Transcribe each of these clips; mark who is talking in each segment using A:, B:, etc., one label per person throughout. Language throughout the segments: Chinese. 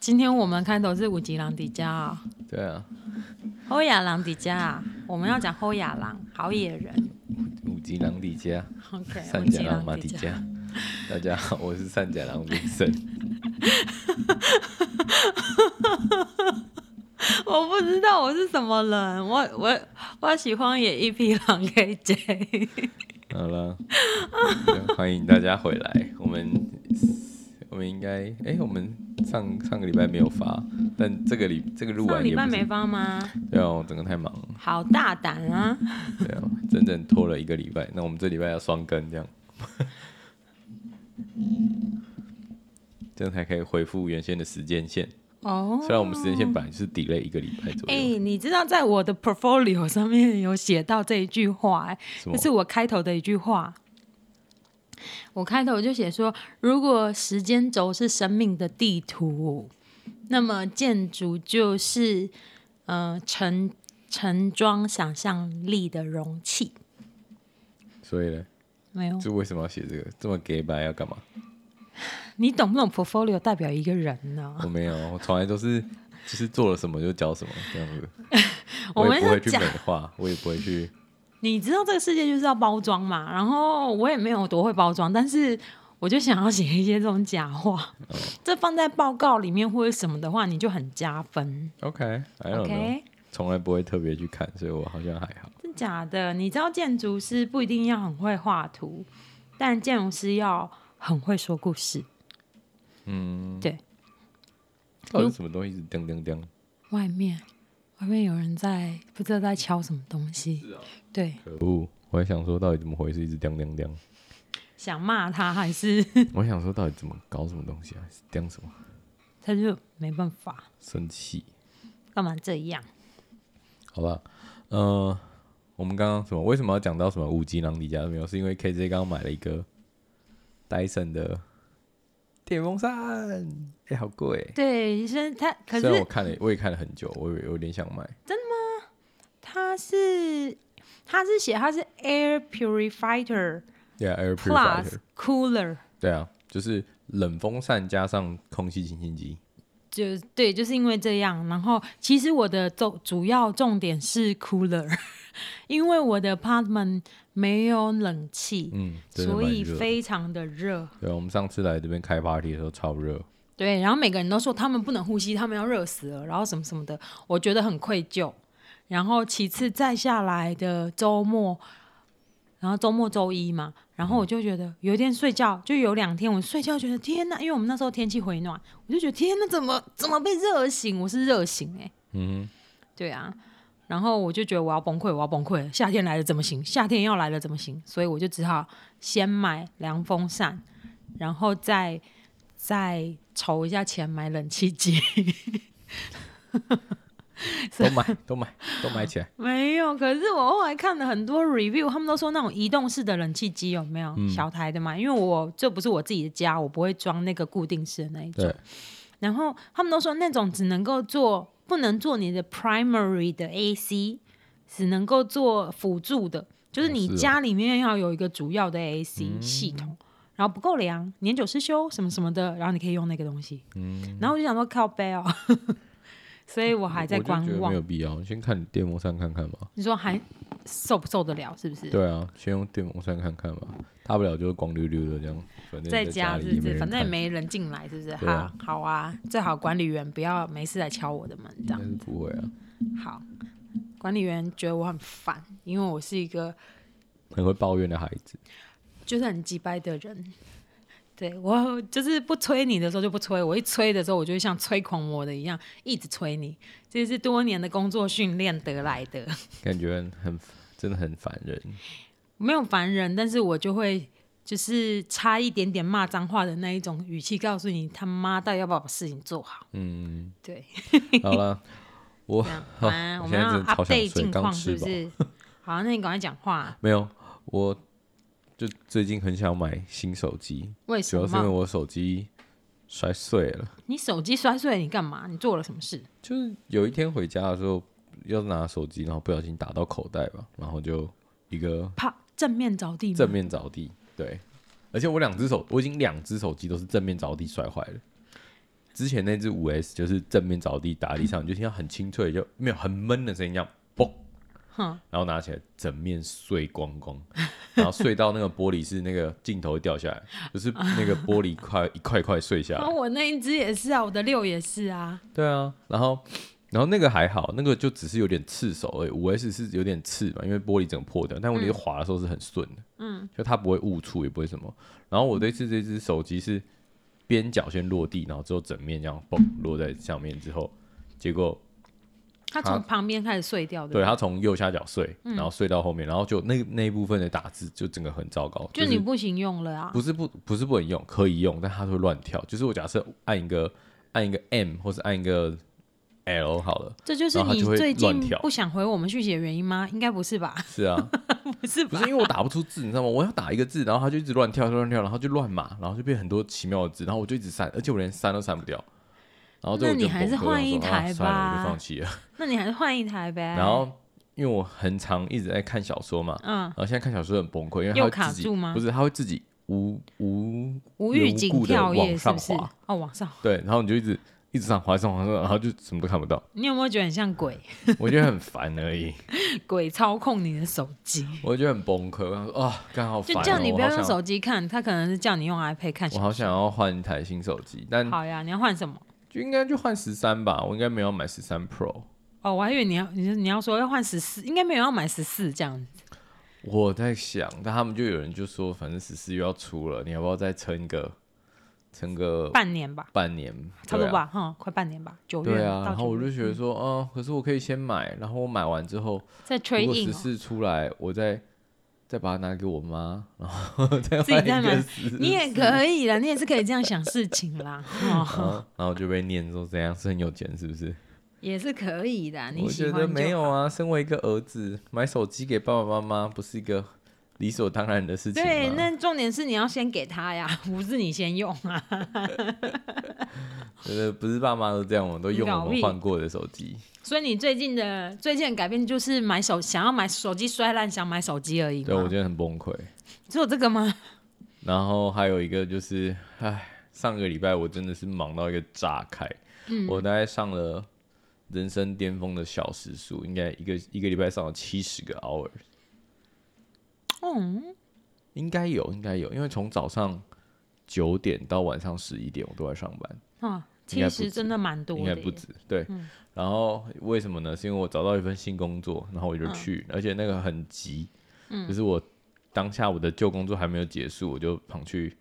A: 今天我们开头是五级狼迪迦啊，
B: 对啊，
A: 侯亚狼迪迦啊，我们要讲侯亚狼，好野人。
B: 五级狼迪迦，
A: OK，
B: 三
A: 五级
B: 甲狼马
A: 迪
B: 迪迦。 大家好，我是三甲狼林森。
A: 我不知道我是什么人，我我我喜欢演一匹狼 KJ。
B: 好了， 欢迎大家回来。我们我们应该，哎、我们上上个礼拜没有发，但这个礼这个录
A: 上
B: 完也
A: 礼
B: 不
A: 拜没
B: 是。
A: 放吗？
B: 对啊，我整个太忙了，
A: 好大胆啊！
B: 对啊，整整拖了一个礼拜。那我们这礼拜要双更，这样， 这样才可以回复原先的时间线。
A: 哦，
B: 虽然我们时间线本来就是 delay 一个礼拜左
A: 哎、
B: 右，
A: 你知道在我的 portfolio 上面有写到这一句话、哎，
B: 什么
A: 这是我开头的一句话。我开头就写说，如果时间轴是生命的地图，那么建筑就是呃盛盛装想象力的容器。
B: 所以呢。
A: 没有，
B: 这为什么要写这个？这么 gay 白要干嘛？
A: 你懂不懂 portfolio 代表一个人呢、
B: 我没有，我从来都是就是做了什么就教什么这样 子，
A: 我
B: 我
A: 们
B: 也不
A: 要
B: 会去
A: 讲
B: 美，化，我也不会去。
A: 你知道这个世界就是要包装嘛，然后我也没有多会包装，但是我就想要写一些这种假话，
B: 嗯
A: 这放在报告里面或者什么的话，你就很加分。
B: OK，I、don't know，
A: OK，
B: 从来不会特别去看，所以我好像还好。
A: 真假的？你知道建筑师不一定要很会画图，但建筑师要很会说故事。
B: 嗯，
A: 对。
B: 到底是什么东西一直噔噔噔？
A: 外面，外面有人在不知道在敲什么东西，对，
B: 可恶！我还想说到底怎么回事，一直噔噔 噔。
A: 想骂他还是
B: 我还想说到底怎么搞什么东西啊？是噔什么？
A: 他就没办法，
B: 生气？
A: 干嘛这样？
B: 好吧，呃，我们刚刚什么？为什么要讲到什么五级狼迪迦没有？是因为 KJ 刚刚买了一个 Dyson 的电风扇，哎、好贵！
A: 对，是他，可
B: 虽然
A: 是
B: 我看了，我也看了很久，我有有点想买。
A: 他是他是写他是 air purifier
B: Yeah，air
A: plus
B: purifier。
A: cooler，
B: 对啊，就是冷风扇加上空气清新机。
A: 就对，就是因为这样。然后其实我的重主要重点是 cooler，因为我的 apartment 没有冷气，
B: 嗯，真的
A: 所
B: 蛮
A: 以
B: 热的。
A: 非常的热。
B: 对啊，我们上次来这边开 party 的时候超热。
A: 对，然后每个人都说他们不能呼吸，他们要热死了，然后什么什么的，我觉得很愧疚。然后其次再下来的周末，然后周末周一嘛，然后我就觉得有一天睡觉，就有两天我睡觉觉得天呐，因为我们那时候天气回暖，我就觉得天呐，怎么怎么被热醒？我是热醒哎、
B: 嗯
A: 对啊，然后我就觉得我要崩溃，我要崩溃了，夏天来了怎么行？夏天要来了怎么行？所以我就只好先买凉风扇，然后再再筹一下钱买冷气机。
B: 哼，都买，都买，都买起来。
A: 没有，可是我后来看了很多 review，他们都说那种移动式的冷气机有没有、小台的嘛？因为我这不是我自己的家，我不会装那个固定式的那一种
B: 对。
A: 然后他们都说那种只能够做，不能做你的 primary 的 AC，只能够做辅助的，就是
B: 是嗯
A: 你
B: 哦
A: 家里面要有一个主要的 AC 系统，然后不够凉，年久失修什么什么的，然后你可以用那个东西。
B: 嗯，
A: 然后我就想说靠背哦， 所以我还在
B: 我就
A: 观
B: 觉得
A: 望
B: 没有。必要，先看电风扇看看吧。
A: 你说还受不受得了？是不是？
B: 对啊，先用电风扇看看吧，大不了就是光溜溜的这样，反正
A: 在
B: 家
A: 家
B: 里
A: 是不
B: 没
A: 是？
B: 人
A: 反正也
B: 看
A: 没人进来，是不是？
B: 对啊
A: 好，好啊，最好管理员不要没事来敲我的门，这样
B: 应该是不会啊，
A: 好。管理员觉得我很烦，因为我是一个
B: 很会抱怨的孩子。
A: 就是很急掰的人。对我就是不催你的时候就不催，我一催的时候我就会像催狂魔的一样一直催你，这是多年的工作训练得来的。
B: 感觉很真的很烦人。
A: 没有烦人，但是我就会就是差一点点骂脏话的那一种语气，告诉你他妈到底要不要把事情做好。
B: 嗯，
A: 对，
B: 好了，我，
A: 这样
B: 好
A: 晚啊安。我
B: 我
A: 们
B: 现在
A: 要
B: 真的超想
A: update
B: 睡
A: 近
B: 刚
A: 况，
B: 吃
A: 是不是？好，那你赶快讲话。
B: 没有，我就最近很想买新手机，
A: 为
B: 主
A: 什
B: 要是因为
A: 么？
B: 我手机摔碎了。
A: 你手机摔碎，你干嘛？你做了什么事？
B: 就是有一天回家的时候，要拿手机，然后不小心打到口袋吧，然后就一个
A: 啪，正面着地吗
B: 正？面着地，对。而且我两只手，我已经两只手机都是正面着地摔坏了，之前那只五 S 就是正面着地打地上，你就听到很清脆，就没有很闷的声音，这样嘣，
A: 哼，
B: 然后拿起来整面碎光光，然后碎到那个玻璃是那个镜头掉下来，就是那个玻璃块一块一块碎下
A: 然
B: 来
A: 后。我那一只也是啊，我的六也是啊，
B: 对啊，然后然后那个还好，那个就只是有点刺手而已。五 S 是有点刺嘛，因为玻璃整个破掉，但问题是滑的时候是很顺的，嗯，就它不会误触，也不会什么。然后我对这这只手机是边角先落地，然后之后整面这样嘣落在上面之后，结果
A: 它
B: 它
A: 从旁边开始碎掉的。
B: 对啊嗯它从右下角碎，然后碎到后面，然后就那那一部分的打字就整个很糟糕，
A: 就是你不行用了啊，
B: 不是不不是不能用，可以用，但它会乱跳。就是我假设按一个按一个 M 或是按一个 L 好了。
A: 这就是
B: 然后它
A: 你
B: 就会
A: 最
B: 乱
A: 近
B: 跳
A: 不想回我们续写的原因吗？应该不是吧？
B: 是啊，
A: 不是
B: 不
A: 吧
B: 是？因为我打不出字，你知道吗？我要打一个字，然后它就一直乱跳，乱跳，然后就乱码，然后就变很多奇妙的字，然后我就一直删，而且我连删都删不掉。然后最后
A: 那
B: 我就
A: 你还
B: 崩
A: 是
B: 溃
A: 换
B: 我
A: 一
B: 想说
A: 台
B: 啊算了，我
A: 吧哎
B: 就放弃了。
A: 那你还是换一台呗。
B: 然后因为我很常一直在看小说嘛，
A: 嗯，
B: 然后现在看小说很崩溃，因为它
A: 又
B: 会
A: 卡
B: 自己
A: 住吗
B: 不是，它会自己无无
A: 无
B: 缘
A: 预
B: 无
A: 警
B: 故地
A: 跳
B: 往
A: 页是
B: 上
A: 不是
B: 滑？
A: 哦，往上，
B: 对，然后你就一直一直上滑上滑上，然后就什么都看不到，
A: 你有没有觉得很像鬼？
B: 我觉得很烦而已，
A: 鬼操控你的手机，
B: 我觉得很崩溃，我想说啊，刚好烦、
A: 就
B: 哦，
A: 叫你不
B: 我
A: 要
B: 好
A: 用
B: 想
A: 手机看，他可能是叫你用 iPad 看
B: 我
A: 小
B: 好
A: 说。
B: 想要换一台新手机，但
A: 好呀，你要换什么？
B: 就应该就换十三吧，我应该没有买十三 Pro。
A: 哦，我还以为你要，你你要说要换十四，应该没有要买十四这样子。
B: 我在想，但他们就有人就说，反正十四又要出了，你要不要再撑个撑个
A: 半年吧，
B: 半年？
A: 差不多
B: 对啊
A: 吧，哈、快半年吧，九月
B: 对啊，
A: 到
B: 然后
A: 九
B: 我
A: 月
B: 就觉得说，嗯，可是我可以先买，然后我买完之后，
A: 在
B: 如
A: trade
B: 果
A: in
B: 十
A: 哦、
B: 四出来，我再再把它拿给我妈， 然后再
A: 自己
B: 换
A: 再
B: 一
A: 买
B: 个十
A: 你也可以啦，你也是可以这样想事情啦， 哦，
B: 然后啊然后就被念说怎样是很有钱，是不是？
A: 也是可以的。你
B: 我
A: 喜
B: 觉
A: 欢
B: 得
A: 就
B: 没有啊，身为一个儿子，买手机给爸爸妈妈不是一个理所当然的事情吗？
A: 对，那重点是你要先给他呀，不是你先用啊。
B: 呃，不是爸妈都这样，我们都用我
A: 搞
B: 们
A: 屁
B: 换过的手机。
A: 所以你最近的最近的改变就是买手想要买手机摔烂，想买手机而已
B: 对，我
A: 嘛。
B: 觉得很崩溃。
A: 只有这个吗？
B: 然后还有一个就是，唉，上个礼拜我真的是忙到一个炸开，
A: 嗯
B: 我大概上了人生巅峰的小时数，应该一个一个礼拜上了七十个 hour，
A: 嗯，
B: 应该有，应该有，因为从早上九点到晚上十一点我都在上班。
A: 啊，
B: 应该
A: 其实
B: 不止
A: 真的蛮多
B: 应
A: 的
B: 该
A: 耶，嗯
B: 不止，对。然后为什么呢？是因为我找到一份新工作，然后我
A: 嗯
B: 就去，而且那个很急，就是我当下我的旧工作还没有结束，我就跑去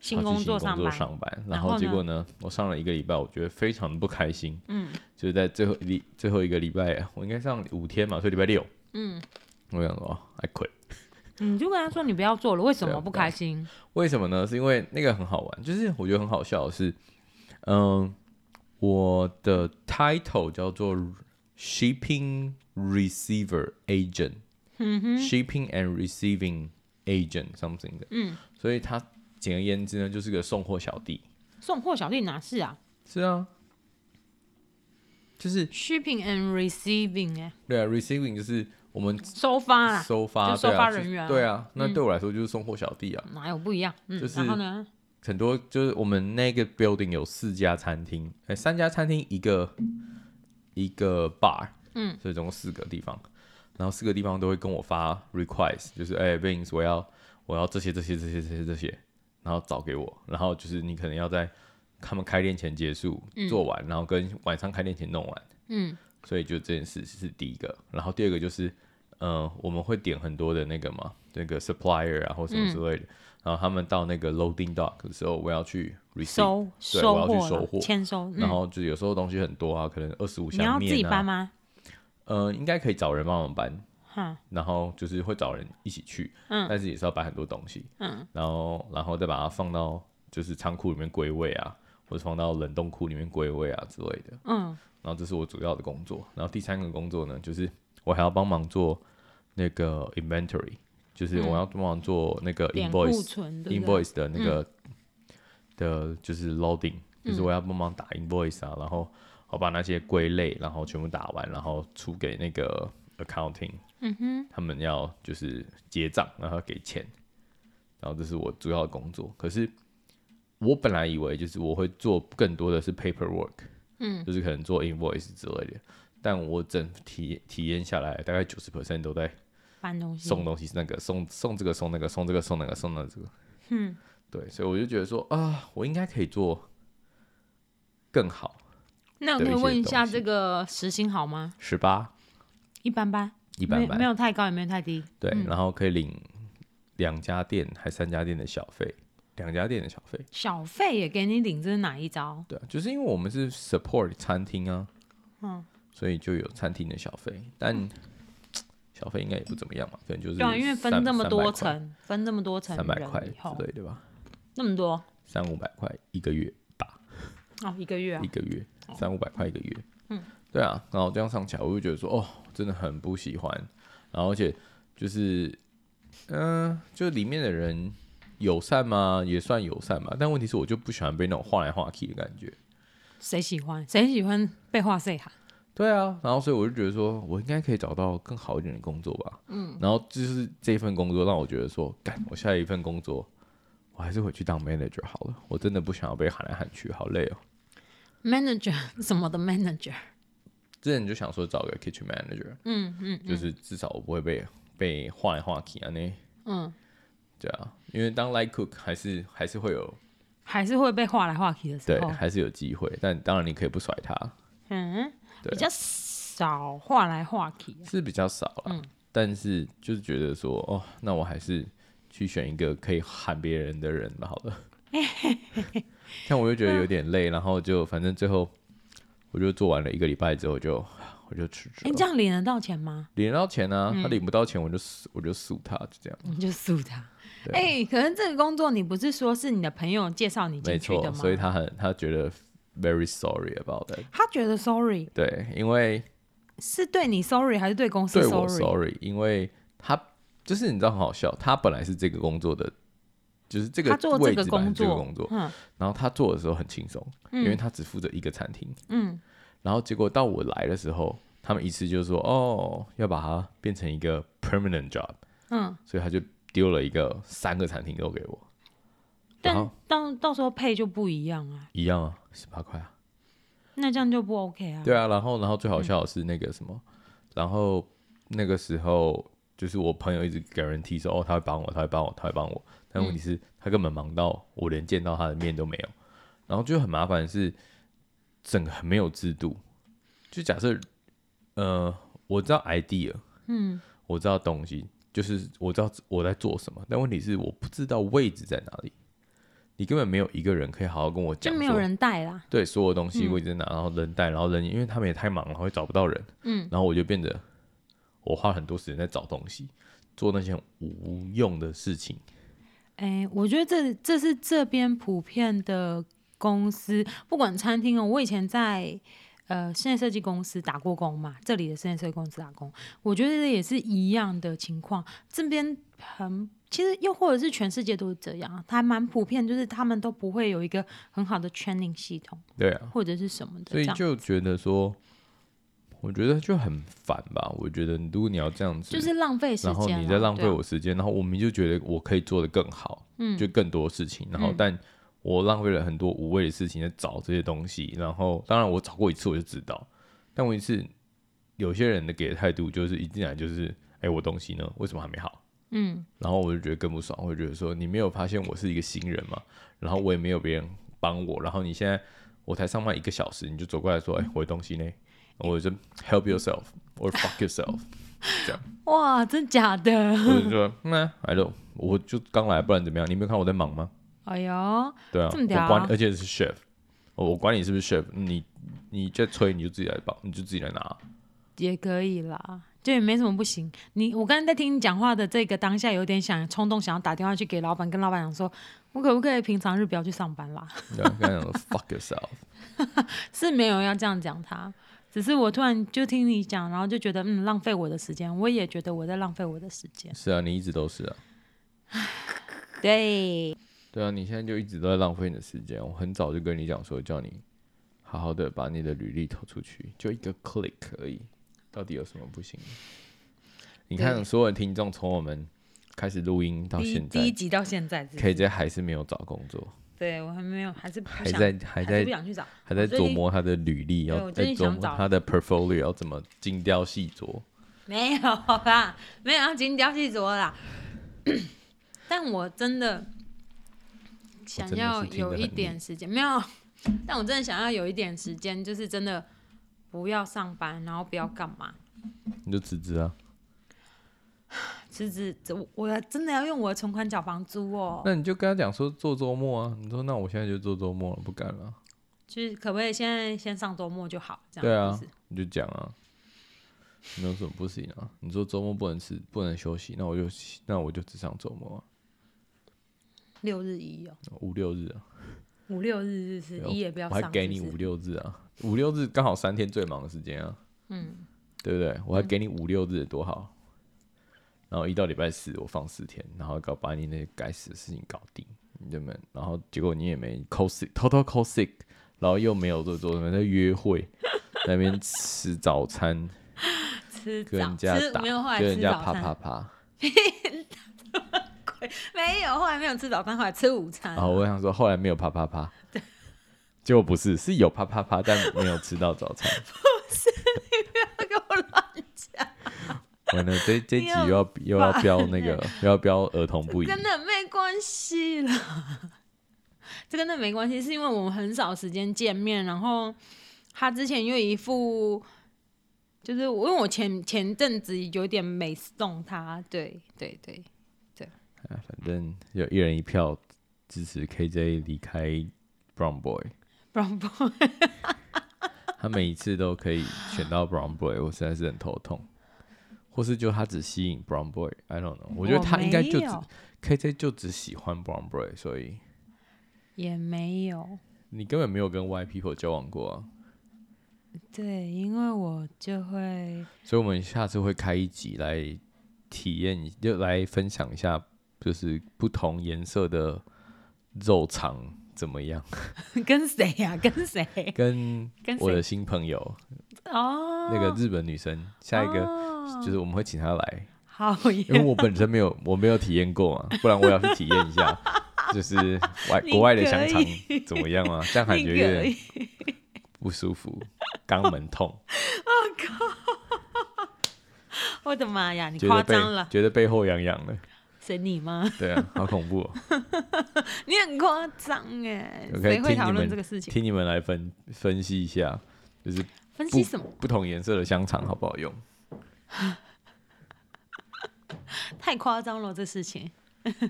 A: 新
B: 跑去
A: 工作上
B: 工作
A: 班，
B: 上班。
A: 然
B: 然
A: 后
B: 后
A: 呢
B: 结果呢，我上了一个礼拜，我觉得非常的不开心。嗯，就是在最后一礼最后一个礼拜，我应该上五天嘛，所以礼拜六，嗯，我想说哦，I quit。
A: 你嗯就跟他说你不要做了，为什
B: 对啊
A: 么不开心？
B: 为什么呢？是因为那个很好玩，就是我觉得很好笑的是，嗯，我的 title 叫做 shipping receiver agent，嗯哼，shipping and receiving agent something 的，嗯，所以它简而言之呢，就是个送货小弟，
A: 送货小弟哪是啊
B: 是啊，就是
A: ？Shipping and receiving，哎，
B: 对啊，receiving 就是我们
A: 收发啦，
B: 收发，
A: 就收
B: 对啊
A: 发
B: 是
A: 人员啊
B: 对啊，那对我来说就是送货小弟啊，
A: 哪有不一样？嗯，
B: 就是
A: 然后呢？
B: 很多就是我们那个 building 有四家餐厅，哎、三家餐厅一个一个 bar，嗯，所以总共四个地方，然后四个地方都会跟我发 request，就是哎、b i n s 我要我要这些这些这些这些这些，然后找给我，然后就是你可能要在他们开店前结束、做完，然后跟晚上开店前弄完，
A: 嗯，
B: 所以就这件事是第一个，然后第二个就是，呃，我们会点很多的那个嘛，那个 supplier 啊或什
A: 嗯
B: 么之类的，然后他们到那个 loading dock 的时候，我要去 receive，、
A: 收
B: 对
A: 收
B: 我要去
A: 货
B: 收
A: 了
B: 货
A: 签收，
B: 然
A: 嗯，
B: 后就有时候东西很多啊，可能二十五
A: 你要
B: 箱
A: 自己
B: 面
A: 搬
B: 啊，
A: 吗？
B: 呃，应该可以找人帮忙搬，
A: 哈，
B: 然后就是会找人一起去，
A: 嗯
B: 但是也是要搬很多东西，
A: 嗯，
B: 然后然后再把它放到就是仓库里面归位啊，或者放到冷冻库里面归位啊之类的，
A: 嗯，
B: 然后这是我主要的工作。然后第三个工作呢，就是我还要帮忙做那个 inventory，就是
A: 嗯
B: 我要帮忙做那个
A: 点库
B: invoice、
A: 存，对不对？
B: invoice 的那嗯个、的，就是 loading，就是我要帮忙打 invoice 啊，然后我把那些归类，然后全部打完，然后出给那个 accounting，嗯哼，他们要就是结账，然后给钱，然后这是我主要的工作。可是我本来以为就是我会做更多的是 paperwork，嗯，就是可能做 invoice 之类的，但我整体体验下来，大概九十 percent 都在
A: 搬东西，
B: 送东西，那个送送这个送那个送这个送那个送那这个，嗯，对，所以我就觉得说啊，我应该可以做更好，
A: 那我
B: 的
A: 可以
B: 一些
A: 问一
B: 东
A: 下
B: 西
A: 这个时薪好吗？
B: 十八
A: 一般般，
B: 一般
A: 没没
B: 般，
A: 有嗯太高，也没有太低。
B: 对，然后可以领两家店还三家店的小费，两家店的小费，
A: 小费也给你领，这是哪一招？
B: 对啊，就是因为我们是 support 餐厅啊，嗯，所以就有餐厅的小费，但小费应该也不怎么样嘛，可能就是
A: 嗯对啊，因为分
B: 三
A: 这么多，
B: 三
A: 层，分这么多层
B: 百块三百块
A: 人以后
B: 之，类对吧？
A: 那么多
B: 三五百块一个月吧，
A: 哦，一个月啊
B: 一，个月三五百块一个月，哦嗯，对啊，然后这样上起来，我就觉得说，哦，真的很不喜欢，然后而且就是，嗯、就里面的人友善嘛，也算友善嘛，但问题是我就不喜欢被那种晃来晃去的感觉。
A: 谁喜欢？谁喜欢被画谁喊？
B: 对啊，然后所以我就觉得说，我应该可以找到更好一点的工作吧。嗯，然后就是这份工作让我觉得说，干，我下一份工作，我还是回去当 manager 好了。我真的不想要被喊来喊去，好累哦。
A: manager 什么的 manager，
B: 之前就想说找个 kitchen manager，
A: 嗯嗯
B: 就是至少我不会被被晃来晃去啊那。
A: 嗯，
B: 对啊，因为当 light cook 还是还是会有
A: 还是会被画来画去的时
B: 对，
A: 候，
B: 还是有机会，但当然你可以不甩他，
A: 嗯，
B: 对啊
A: 比较少画来画去啊。
B: 是比较少了。但是就是觉得说，哦，那我还是去选一个可以喊别人的人好 了。但我就觉得有点累，然后就反正最后我就做完了一个礼拜之后就，我就辞职
A: 哎，你
B: 了。
A: 这样领嗯得到钱吗？
B: 领得到钱呢、他领不到钱我就死我就诉他，就这样。
A: 你就诉他。
B: 嗯对啊
A: 哎、可是这个工作你不是说是你的朋友介绍你
B: 没
A: 进去的
B: 错，
A: 吗？
B: 所以他很他觉得 very sorry about that。
A: 他觉得 sorry
B: 对，因为
A: 是对你 sorry 还是对公司
B: 对我
A: sorry？
B: sorry，因为他就是你知道很好笑，他本来是这个工作的，就是这个
A: 他做这
B: 位
A: 个
B: 置本
A: 工
B: 来是这
A: 作，
B: 个工作，
A: 嗯
B: 然后他做的时候很轻松，因为他只负责一个餐厅。
A: 嗯，
B: 然后结果到我来的时候，他们一次就说：“哦，要把它变成一个 permanent job。”
A: 嗯，
B: 所以他就丢了一个三个餐厅都给我，然
A: 但
B: 后
A: 到到时候配就不一样啊，
B: 一样啊，十八块啊。
A: 那这样就不 OK 啊。
B: 对啊，然后然后最好笑的是那个什么，然后那个时候就是我朋友一直 guarantee 说：“哦，他会帮我，他会帮我，他会帮我。”但
A: 嗯
B: 问题是，他根本忙到我连见到他的面都没有，然后就很麻烦的是，整个很没有制度。就假设，呃，我知道 idea，
A: 嗯，
B: 我知道东西，就是我知道我在做什么，但问题是我不知道位置在哪里。你根本没有一个人可以好好跟我讲
A: 就没
B: 说，
A: 有人带啦。
B: 对所有东西位置在哪，然后人带，然后人也因为他们也太忙了，然后也找不到人，
A: 嗯，
B: 然后我就变得我花很多时间在找东西，做那些很无用的事情。
A: 哎、我觉得这这是这边普遍的公司，不管餐厅哦，我以前在呃室内设计公司打过工嘛，这里的室内设计公司打工，我觉得也是一样的情况。这边很其实又或者是全世界都是这样，啊它还蛮普遍，就是他们都不会有一个很好的 training 系统
B: 对啊，
A: 或者是什么的，
B: 所
A: 这
B: 以
A: 样
B: 就觉得说，我觉得就很烦吧。我觉得如果你要这样子，
A: 就是浪费时间
B: 然
A: 啦，
B: 后你在浪费
A: 对啊
B: 我时间，然后我明明就觉得我可以做的更好，
A: 嗯
B: 就更多事情，然后
A: 嗯
B: 但我浪费了很多无谓的事情在找这些东西，然后当然我找过一次我就知道，但问题是有些人的给的态度就是一进来就是，哎、我东西呢为什么还没好？
A: 嗯。
B: 然后我就觉得更不爽，我就觉得说你没有发现我是一个新人嘛，然后我也没有别人帮我，然后你现在我才上班一个小时，你就走过来说，哎、我的东西呢？我就 help yourself or fuck yourself。
A: 哇，真假的？
B: 我就说，那 I don't，我就刚来，不然怎么样？你没有看我在忙吗？
A: 哎呦，
B: 对啊，
A: 这么屌啊
B: 我管，而且是 chef，我我管你是不是 chef，你你在催，你就自己来报，你就自己来拿。
A: 也可以啦，就也没什么不行。你我刚才在听你讲话的这个当下，有点想冲动，想要打电话去给老板，跟老板讲说，我可不可以平常日不要去上班啦？
B: 对啊，跟他讲说 fuck yourself，
A: 是没有要这样讲他，只是我突然就听你讲，然后就觉得嗯，浪费我的时间，我也觉得我在浪费我的时间。
B: 是啊，你一直都是啊，
A: 对，
B: 对啊，你现在就一直都在浪费你的时间。我很早就跟你讲说，叫你好好的把你的履历投出去，就一个 click 而已，到底有什么不行？你看，
A: 对
B: 所有的听众从我们开始录音到
A: 第一
B: 现
A: 第一
B: 在
A: 集到现在是不是
B: ，KJ 还是没有找工作。
A: 对我还没有，还是不
B: 还
A: 想，
B: 在还
A: 是
B: 在
A: 不想去找。
B: 还在
A: 最
B: 琢
A: 近
B: 磨他的履历，
A: 对
B: 要
A: 我
B: 在
A: 最近
B: 琢
A: 想
B: 磨
A: 找
B: 他的 portfolio 要怎么精雕细琢。
A: 没有啦，没有要精雕细琢啦。 但我真的想
B: 真的
A: 要
B: 是听得
A: 有
B: 很
A: 一点时间，没有。 但我真的想要有一点时间，就是真的不要上班，然后不要干嘛，
B: 你就辞职啊？
A: 辞职。我我真的要用我的存款缴房租哦。
B: 那你就跟他讲说做周末啊。你说那我现在就做周末了，不干了。啊
A: 就是可不可以现在先上周末就好？这样
B: 对啊
A: 是不是，
B: 你就讲啊，没有什么不行啊。你说周末不能吃，不能休息，那我就那我就只上周末啊，
A: 六日一哦，
B: 五六日啊，
A: 五六日日是
B: 有
A: 一也不要
B: 哎我
A: 上，
B: 还给你
A: 是不是
B: 五六日啊，五六日刚好三天最忙的时间啊，
A: 嗯，
B: 对不对？我还给你五六日多好。然后一到礼拜四我放四天，然后搞把你那该死的事情搞定，你就没，然后结果你也没 call sick，偷偷 call sick，然后又没有做做什么，在约会，在那边吃早餐，
A: 吃
B: 跟
A: 早
B: 人家
A: 吃
B: 打，
A: 没有后来
B: 跟
A: 吃
B: 人家
A: 早
B: 啪
A: 餐，
B: 啪啪。
A: 没有后来没有吃早餐，后来吃午餐。
B: 然后我想说，后来没有啪啪啪，结果不是，是有啪啪啪，但没有吃到早餐。
A: 给我乱讲，
B: 完了，这这集
A: 你
B: 又
A: 很
B: 要又要
A: 烦欸
B: 标那个，又要标儿童不宜。
A: 跟那没关系啦。 这跟那没关系，是因为我们很少时间见面，然后他之前又一副。就是我，因为我前前阵子有点没送他，对对对，
B: 啊反正有一人一票支持 KJ 离开 Brown Boy，
A: 不然不
B: 他每一次都可以选到 Brown Boy，我实在是很头痛。或是就他只吸引 Brown Boy，I don't know。我觉得他应该就
A: 我没
B: 只
A: 有
B: KJ 就只喜欢 Brown Boy，所以
A: 也没有，
B: 你根本没有跟 Y People 交往过啊。
A: 对，因为我就会
B: 所以我们下次会开一集来体验一，就来分享一下，就是不同颜色的肉肠怎么样？
A: 跟谁呀、跟谁？
B: 跟
A: 跟
B: 我
A: 谁？
B: 的新朋友，
A: 哦，
B: 那个日本女生，下一个
A: 哦
B: 就是我们会请她来，
A: 好
B: 因为
A: 耶，
B: 我本身没有我 没有体验过嘛，不然我也要去体验 一下，就是外
A: 你
B: 国外的
A: 可
B: 香肠
A: 以
B: 怎么样啊？这样感
A: 那
B: 觉有
A: 个
B: 点不舒服，肛门痛，
A: 我的妈呀，你
B: 觉
A: 夸
B: 得背
A: 张了，
B: 觉得背后痒痒的，
A: 谁你吗？
B: 对啊，好 恐怖哦。
A: 你很夸张哎，
B: 我可以
A: 谁会
B: 听
A: 讨
B: 你
A: 论
B: 们
A: 这个事情？
B: 听你们来分分析一下，就是
A: 分析什么？
B: 不同颜色的香肠好不 好用？
A: 太夸张了，这事情。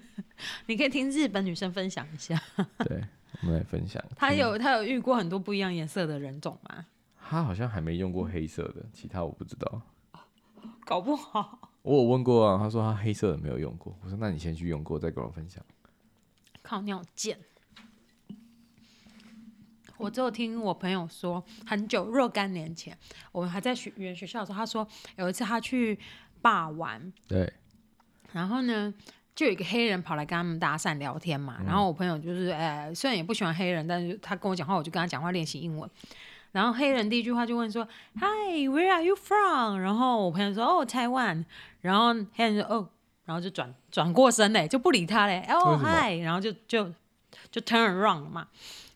A: 你可以听日本女生分享一下，
B: 嗯对，我们来分享。
A: 她有她有遇过很多不一样颜色的人种吗？
B: 他好像还没用过黑色的，其他我不知道。
A: 搞不好，
B: 我有问过啊，他说他黑色的没有用过。我说那你先去用过，再跟我分享。
A: 靠，你好贱！我只有听我朋友说，很久若干年前，我们还在学语言学校的时候，他说有一次他去霸玩，
B: 对，
A: 然后呢，就有一个黑人跑来跟他们搭讪聊天
B: 嗯
A: 嘛。然后我朋友就是，呃，虽然也不喜欢黑人，但是他跟我讲话，我就跟他讲话练习英文。然后黑人第一句话就问说：“Hi，where are you from？” 然后我朋友说：“哦，台湾。”然后黑人说：“哦。”然后就转转过身嘞，就不理他嘞。哦
B: 为什么
A: ，hi，然后就就就 turn around 了嘛。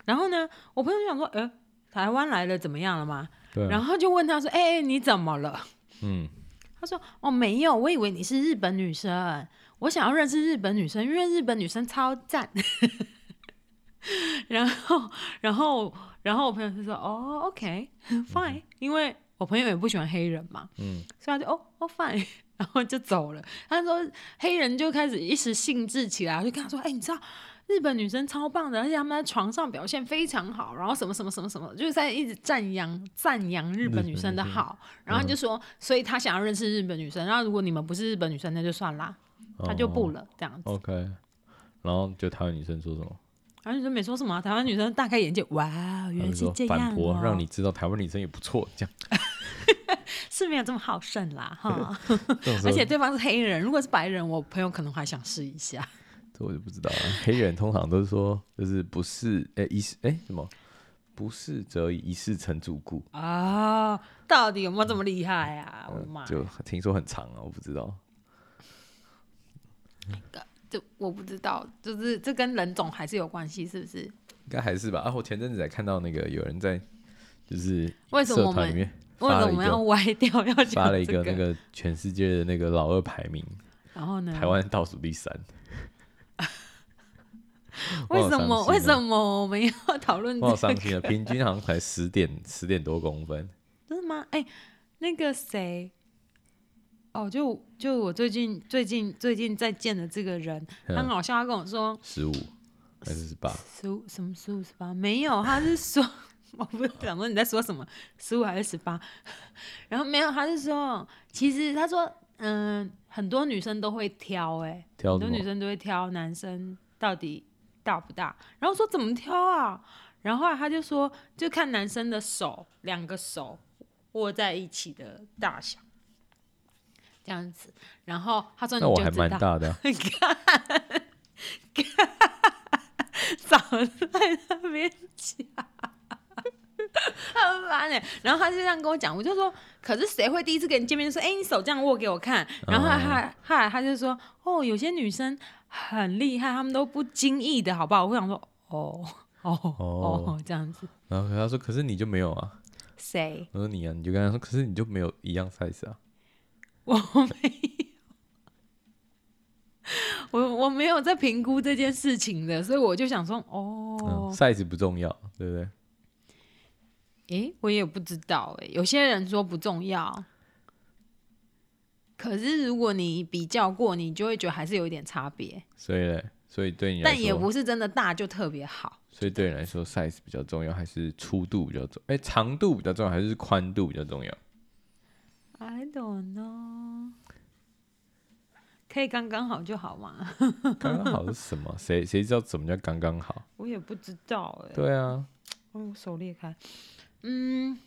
A: 然后呢，我朋友就想说：“呃，台湾来了怎么样了嘛？”
B: 对啊
A: 然后就问他说：“哎、哎你怎么了？”
B: 嗯，
A: 他说：“哦，没有，我以为你是日本女生，我想要认识日本女生，因为日本女生超赞。”然后，然后，然后我朋友就说：“哦，OK，fine、因为我朋友也不喜欢黑人嘛，
B: 嗯，
A: 所以他就哦哦 fine，然后就走了。他说黑人就开始一时兴致起来，就跟他说：“哎、你知道日本女生超棒的，而且她们在床上表现非常好，然后什么什么什么什么，就是在一直赞扬赞扬日本女生的好。”然
B: 嗯
A: 后就说，所以他想要认识日本女生。然后如果你们不是日本女生，那就算啦，他就不
B: 哦
A: 了这样子。
B: OK。然后就台湾女生说什么？
A: 然后女生没说什么啊、台湾女生大开眼界，哇，
B: 他
A: 原来
B: 们
A: 是
B: 说
A: 这样、
B: 哎反
A: 哦，
B: 驳，让你知道台湾女生也不错。这样，
A: 是没有这么好胜啦 哈。
B: 这种时候
A: 而且对方是黑人，如果是白人，我朋友可能还想试一下。
B: 这我就不知道了。黑人通常都是说， 就是不是哎、一是哎、什么，不是则已，一世成主顾。
A: 啊、到底有没有这么厉害
B: 呃
A: 啊？我的妈！
B: 就听说很长啊，我不知道。
A: 这我不知道，就是这跟人种还是有关系，是不是？
B: 应该还是吧。啊，我前阵子才看到那个有人在就是
A: 为什么
B: 社
A: 我
B: 团里
A: 们
B: 面
A: 为什
B: 发
A: 么我
B: 了一
A: 们要
B: 个
A: 歪掉要讲
B: 发了一
A: 这
B: 个那个全世界的那个老二排名，
A: 然后呢？
B: 台湾倒数第三。
A: 嗯为什么为
B: 么？
A: 什么我们要讨论这
B: 我好伤
A: 个？
B: 心啊！平均好像才十点十点多公分，
A: 真的吗？哎、那个谁，哦，就就我最近最近最近在见的这个人，他很
B: 嗯
A: 好笑，他跟我说
B: 十五还是十八？
A: 十五什么十五十八没有，他是说 我不是想说你在说什么十五还是十八， 然后没有，他是说其实他说嗯，很多女生都会挑、哎，
B: 挑
A: 很
B: 什
A: 多女
B: 么？
A: 生都会挑男生到底大不大，然后我说怎么挑啊？然后后来他就说，就看男生的手，两个手握在一起的大小，这样子。然后他说你
B: 那我
A: 就
B: 还
A: 知
B: 蛮
A: 道，
B: 大的 啊、
A: 早在那边讲，很烦哎、然后他就这样跟我讲，我就说，可是谁会第一次跟你见面就说，哎、你手这样握给我看？然后他他后来他就说，哦，有些女生很厉害，她们都不经意的好不好？我想说，哦哦
B: 哦
A: 哦，这样子，
B: 然后他说：“可是你就没有啊
A: 谁？”
B: 我说：“你啊，你就跟他说，可是你就没有一样 size 啊。
A: 我没有，我我没有在评估这件事情的，所以我就想说，
B: 嗯
A: 哦，
B: ，size 不重要，对不对？
A: 诶、我也不知道诶、有些人说不重要，可是如果你比较过，你就会觉得还是有一点差别，
B: 所以嘞，所以对你来
A: 但也
B: 说，
A: 不是真的大就特别好，
B: 所以对你来说，size 比较重要，还是粗度比较重？哎，长度比较重要，还是宽度比较重要？
A: I don't know，可以刚刚好就好嘛，
B: 刚刚好是什么？谁谁知道什么叫刚刚好？
A: 我也不知道诶、
B: 对啊，
A: 哦，我手裂开，嗯，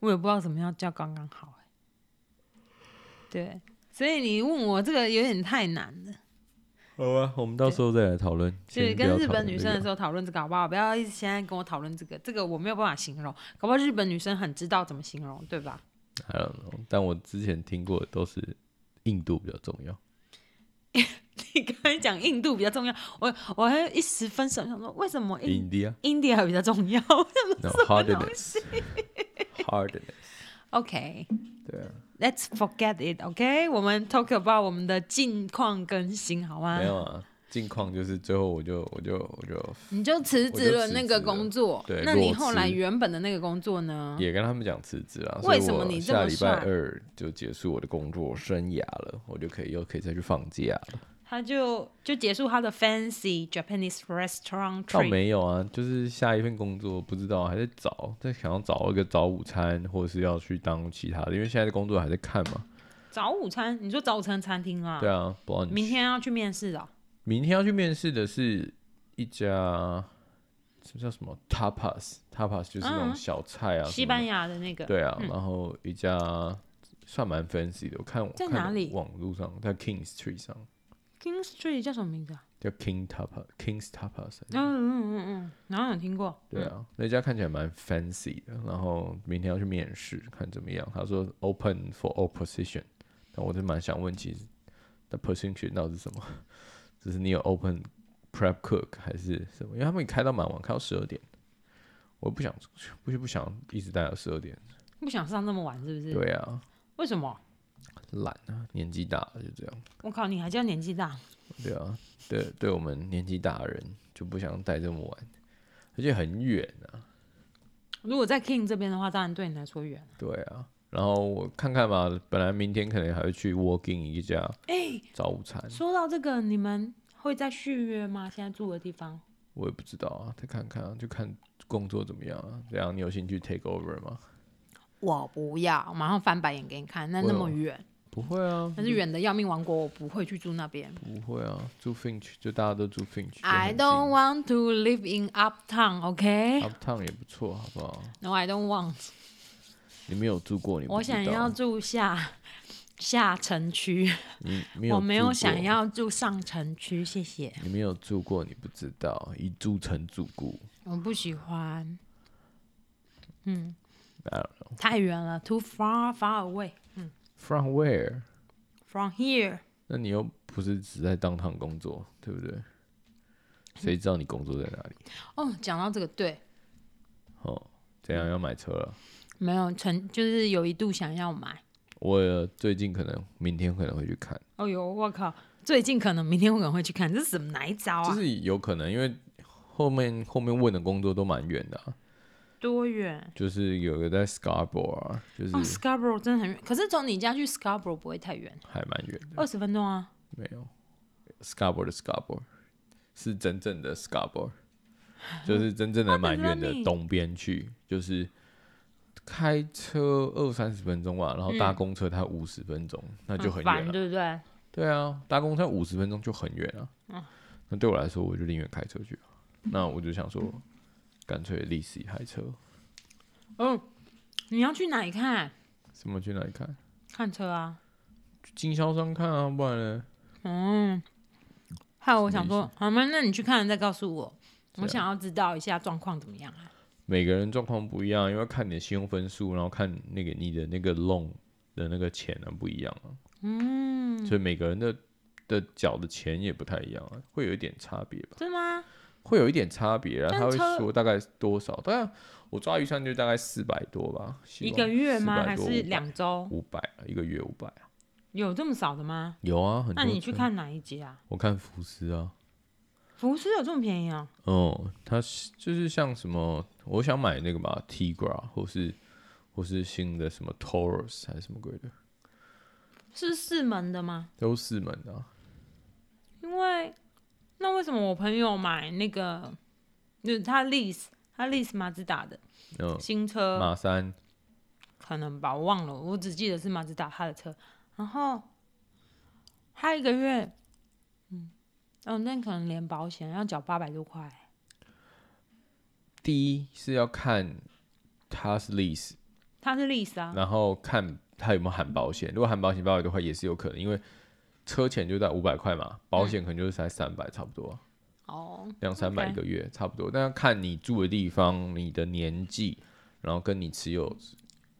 A: 我也不知道什么样叫刚刚好、欸，对，所以你问我这个有点太难了，
B: 好啊，我们到时候再来讨论。
A: 就是
B: 先不
A: 跟
B: 要
A: 日
B: 讨
A: 本
B: 论
A: 女
B: 这
A: 生的
B: 个
A: 时候讨论这个好不好？不要一直现在跟我讨论这个，这个我没有办法形容，搞不好日本女生很知道怎么形容，对吧？
B: I don't know，但我之前听过的都是硬度比较重要。
A: 你刚才讲印度比较重要，我我还一时分手想说为什么印
B: India
A: India 比较重要
B: no hardness，hardness，
A: ？OK。
B: 对啊，
A: Let's forget it, OK？我们 talk about 我们的近况更新，好吗？
B: 没有啊，近况就是最后我就我就我就
A: 你就辞职了那个工作
B: 我就辞职了，对
A: 那你
B: 裸辞
A: 后来原本的那个工作呢？
B: 也跟他们讲辞职啊，
A: 啊为
B: 所以
A: 什么
B: 我
A: 你这
B: 下
A: 么
B: 礼拜
A: 帅
B: 二就结束我的工作生涯了，我就可以又可以再去放假了。
A: 他就就结束他的 fancy Japanese restaurant
B: 倒
A: trip，
B: 没有啊，就是下一份工作不知道还在找，在想要找一个早午餐，或者是要去当其他的，因为现在的工作还在看嘛。
A: 早午餐，你说早午餐餐厅啊？
B: 对啊，不知道你
A: 明天要去面试哦。
B: 明天要去面试的是一家，这叫什么 tapas？tapas 就是那
A: 嗯
B: 种小菜啊，
A: 西班
B: 牙。
A: 牙的嗯那个，
B: 对啊，然后一家算蛮 fancy 的，我看我
A: 在
B: 看
A: 哪里
B: 网络上在 King Street 上
A: King Street 叫什么名字啊？
B: 叫 King Tapas King's Tapas 还是。
A: 嗯嗯嗯嗯嗯，好像有听过。
B: 对啊，那家看起来蛮 fancy 的，然后明天要去面试，看怎么样。他说 open for all position，但我是蛮想问，其实那 position 到底是什么？ 就是你有 open prep cook 还是什么？因为他们开到蛮晚，开到十二点，我不想出去，不是不想一直待到十二点。
A: 不想上那么晚是不是？
B: 对啊，
A: 为什么？
B: 懒啊，年纪大了就这样。
A: 我靠，你还叫年纪大？
B: 对啊，对，对我们年纪大的人就不想待这么晚，而且很远啊。
A: 如果在 King 这边的话，当然对你来说远。
B: 对啊，然后我看看吧，本来明天可能还会去 Walking 一家
A: 哎，
B: 早午餐，
A: 说到这个，你们会再续约吗？现在住的地方？
B: 我也不知道啊，再看看啊，就看工作怎么样啊。这样你有兴趣 take over 吗？
A: 我不要，马上翻白眼给你看。那
B: 为
A: 那
B: 什
A: 么
B: 么
A: 远，
B: 不会啊，
A: 那是远的要命王国，我不会去住那边。
B: 不会啊，住 Finch 就大家都住 Finch，就
A: I
B: 很近
A: don't want to live in uptown, OK?
B: Uptown 也不错，好不好？
A: No, I don't want.
B: 你没有住过，你不
A: 我
B: 知
A: 想
B: 道啊
A: 要住下下城区，
B: 你没有
A: 我没
B: 住
A: 有
B: 过啊
A: 想，要住上城区，谢谢。
B: 你没有住过，你不知道，一住成主顾。
A: 我不喜欢。嗯，太远了，too far, far away
B: From where？
A: from here。
B: 那你又不是只在当堂工作，对不对？谁知道你工作在哪里？
A: 哦，讲到这个，对，
B: 哦，怎样要买车了？
A: 没有曾就是有一度想要买。
B: 我呃最近可能明天可能会去看，
A: 哦呦，我靠！最近可能明天我可能会去看，这是什么哪一招
B: 就
A: 啊？
B: 是有可能，因为后面后面问的工作都蛮远的啊、
A: 多远？
B: 就是有一个在 Scarborough 啊，就
A: 哦
B: 是
A: ，Scarborough 真的很远，可是从你家去 Scarborough 不会太远，
B: 还蛮远的，
A: 二十分钟啊。
B: 没有 Scarborough 的 Scarborough 是真正的 Scarborough，就是真正的蛮远的
A: running
B: 东边去，就是开车二三十分钟吧，然后搭公车它五十分钟，那嗯啊就很
A: 很嗯
B: 远
A: 烦，
B: 了。
A: 对不对？
B: 对啊，搭公车五十分钟就很远啊。那对我来说，我就宁愿开车去啊。那我就想说，干脆立时开车，
A: 嗯，你要去哪里看？
B: 什么去哪里看？
A: 看车啊。
B: 去经销商看啊，不然呢？
A: 嗯，还有我想
B: 什么
A: 说，好吗？那你去看了再告诉我，
B: 对啊
A: 我想要知道一下状况怎么样啊。
B: 每个人状况不一样，因为看你的信用分数，然后看那个你的那个 loan 的那个钱啊不一样啊，
A: 嗯，
B: 所以每个人的的缴的钱也不太一样啊，会有一点差别吧，
A: 真的吗？
B: 会有一点差别啊。
A: 但
B: 他会
A: 车
B: 说大概多少？当然我抓预算就大概四百多吧，希
A: 一
B: 望
A: 个月吗？
B: 400
A: 还
B: 多
A: 是两周？
B: 五百？一个月五百啊？
A: 有这么少的吗？
B: 有啊，很多。
A: 那你去？看哪一节啊？
B: 我看福斯啊，
A: 福斯有这么便宜啊？
B: 哦，它是就是像什么，我想买那个吧，Tigra 或是或是新的什么 Taurus 还是什么鬼的，
A: 是四门的吗？
B: 都四门的啊、
A: 因为那为什么我朋友买那个，就是他 lease 他 lease 马自达的
B: 嗯，
A: 新车，
B: 马三
A: 可能吧，我忘了，我只记得是马自达他的车。然后他一个月，嗯，哦，那可能连保险要缴八百多块。
B: 第一是要看它是 lease，、
A: 他是 lease 啊，
B: 然后看它有没有含保险。如果含保险八百多块也是有可能，因为车钱就在五百块嘛，保险可能就是才三百差不多啊，
A: 哦，
B: 两三百一个月差不多。但要看你住的地方、你的年纪，然后跟你持有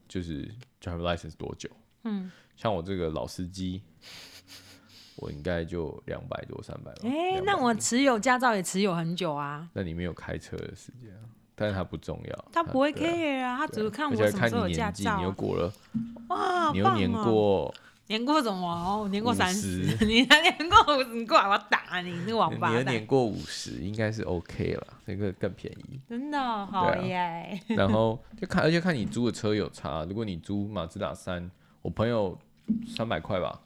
B: 就是 driver license 多久。
A: 嗯，
B: 像我这个老司机， 我应该就两百多、三百吧。
A: 哎、
B: 200
A: 那我持有驾照也持有很久啊，
B: 那你没有开车的时间啊，但是它不重要，
A: 他不会
B: 对
A: care
B: 啊
A: 啊，他只
B: 对
A: 会
B: 啊
A: 看
B: 而
A: 我
B: 且还
A: 什么
B: 看
A: 时候
B: 你
A: 有驾
B: 年纪，
A: 照
B: 你又
A: 啊。
B: 过了，
A: 哇，好
B: 你又
A: 棒
B: 年
A: 哦
B: 过，
A: 年过什么啊？我年过三
B: 50
A: 十，你还年过五十，你过来我打你，你个王
B: 你
A: 八
B: 又
A: 蛋！
B: 年过五十，应该是 OK 了，那个更便宜。
A: 真的哦好
B: 对啊
A: 耶、
B: 然后就看，而且看你租的车有差，如果你租马自达三，我朋友三百块吧，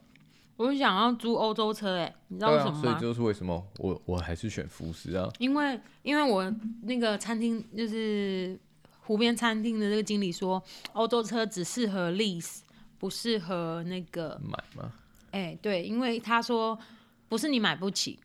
A: 我想要租欧洲车哎、你知道
B: 对
A: 为什
B: 啊，
A: 么
B: 所以
A: 吗？
B: 这就是为什么我我还是选福斯啊，
A: 因为因为我那个餐厅就是湖边餐厅的那个经理说，欧洲车只适合 lease，不适合那个
B: 买嘛，
A: 哎、对，因为他说不是你买不起，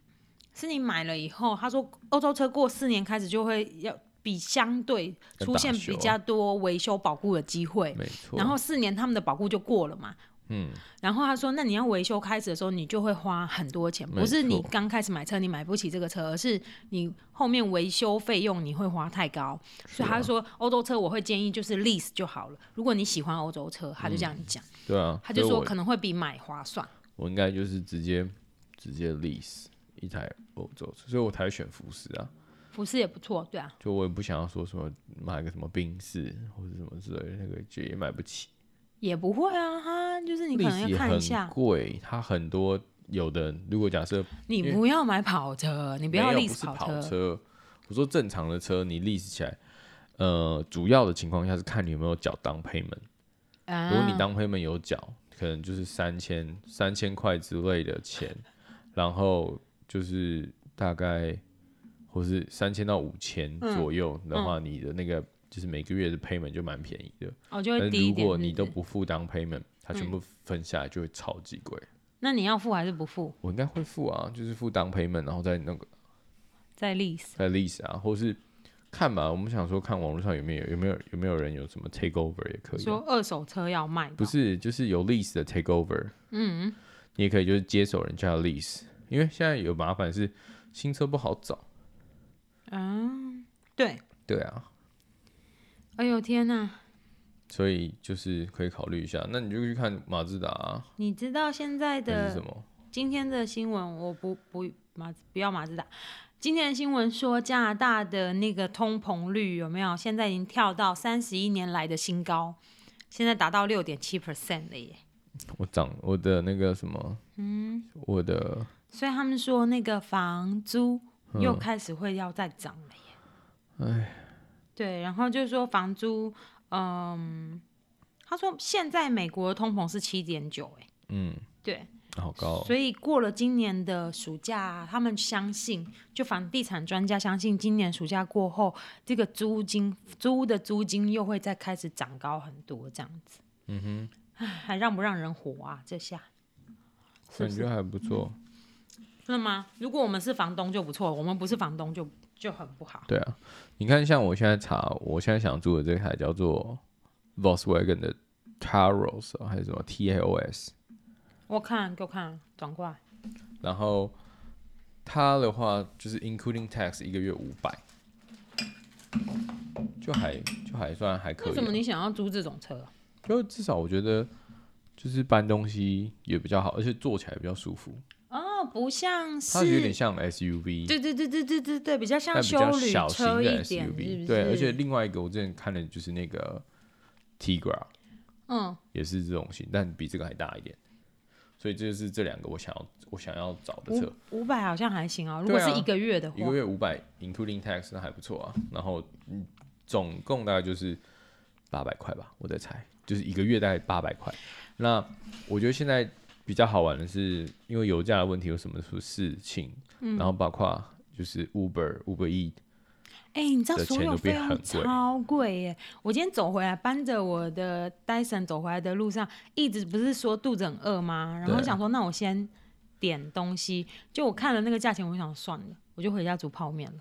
A: 是你买了以后，他说欧洲车过四年开始就会要比相对
B: 要
A: 出
B: 打
A: 现
B: 修
A: 比
B: 啊
A: 较多维修保固的机会。
B: 没错。
A: 哎然后四年他们的保固就过了嘛。
B: 嗯，
A: 然后他说，那你要维修开始的时候，你就会花很多钱，
B: 没
A: 不是你
B: 错
A: 刚开始买车你买不起这个车，而是你后面维修费用你会花太高。所以他说，欧洲车我会建议就是 lease 就好了。如果你喜欢欧洲车，他就这样讲，
B: 对啊，
A: 他就
B: 所以
A: 说
B: 我
A: 可能会比买划算。
B: 我应该就是直接直接 lease 一台欧洲车，所以我才会选福斯啊。
A: 福斯也不错，对啊，
B: 就我也不想要说什么买个什么宾士或者什么之类的，那个就也买不起。
A: 也不会啊，哈，就是你可能要看一
B: lease 也很
A: 下，哎
B: 贵，它很多有的，如果假设
A: 你不要买跑车，你不要
B: 没有
A: lease
B: 是
A: 车。
B: 车，我说正常的车你 lease 起来，呃，主要的情况下是看你有没有缴 down payment。
A: 啊
B: 如果你 down payment 有缴，可能就是三千三千块之类的钱，然后就是大概或是三千到五千
A: 嗯
B: 左右的话，你的那个就是每个月的 payment 就蛮便宜的。
A: 哦就
B: 但
A: 会
B: 是
A: 低一
B: 如
A: 点。
B: 果你
A: 是不嗯
B: 都
A: 是
B: 不付 down payment，它全部分下来就会超级贵。
A: 那你要付还是不付？
B: 我应该会付啊，就是付 down payment，然后再那个
A: 再 lease
B: 在 lease 啊，或是看吧，我们想说看网络上有没有有没有有没有人有什么 takeover 也可以啊、
A: 说二手车要卖吧，
B: 不是就是有 lease 的 takeover，嗯，你也可以就是接手人家的 lease，因为现在有麻烦是新车不好找，
A: 嗯，对，
B: 对啊，
A: 哎呦天呐，
B: 所以就是可以考虑一下，那你就去看马自达、啊、
A: 你知道现在
B: 还是
A: 的
B: 什么
A: 今天的新闻我不不马不要马自达。今天的新闻说，加拿大的那个通膨率有没有？现在已经跳到三十一年来的新高，现在达到六点七 percent 了耶。
B: 我涨我的那个什么，嗯，我的
A: 所以他们说那个房租又开始会要再涨了耶。对，然后就是说房租，嗯，他说现在美国的通膨是七点九，哎，
B: 嗯，
A: 对，
B: 好高哦、
A: 所以过了今年的暑假，他们相信，就房地产专家相信，今年暑假过后，这个租金租的租金又会再开始涨高很多，这样子。嗯哼，还让不让人活啊？这下
B: 感觉还不错。
A: 真的吗？如果我们是房东就不错，我们不是房东就就很不好。
B: 对啊，你看，像我现在查，我现在想住的这台叫做 Volkswagen 的 Taros 啊还是什么 TAOS，
A: 我看，给我看，转过来。
B: 然后它的话就是 including tax 一个月五百，就还就还算还可
A: 为
B: 以
A: 什么
B: 啊，
A: 你想要租这种车？
B: 就至少我觉得就是搬东西也比较好，而且坐起来比较舒服。
A: 哦，不像是，
B: 它有点像 SUV，
A: 对对对对对对对，比较像
B: 但比
A: 修
B: 较
A: 旅
B: 小型
A: 车一
B: 的
A: 点，是不
B: SUV，
A: 是？
B: 对，而且另外一个我之前看的就是那个 Tigra，
A: 嗯，
B: 也是这种型，但比这个还大一点，所以这就是这两个我想要我想要找的车
A: 五，五百好像还行哦，如果
B: 对啊
A: 是一个月的话
B: 一，个月五百，including tax 那还不错啊，然后嗯，总共大概就是八百块吧，我在猜，就是一个月大概八百块。那我觉得现在比较好玩的是，因为油价的问题有什么事情，
A: 嗯
B: 然后包括就是 Uber Uber E
A: 哎、你知道
B: 的
A: 所
B: 钱
A: 有
B: 都
A: 费
B: 变很
A: 用
B: 贵
A: 超贵耶！我今天走回来，搬着我的 Dyson 走回来的路上，一直不是说肚子很饿吗？然后
B: 对
A: 想说，那我先点东西，就我看了那个价钱，我就想算了，我就回家煮泡面了。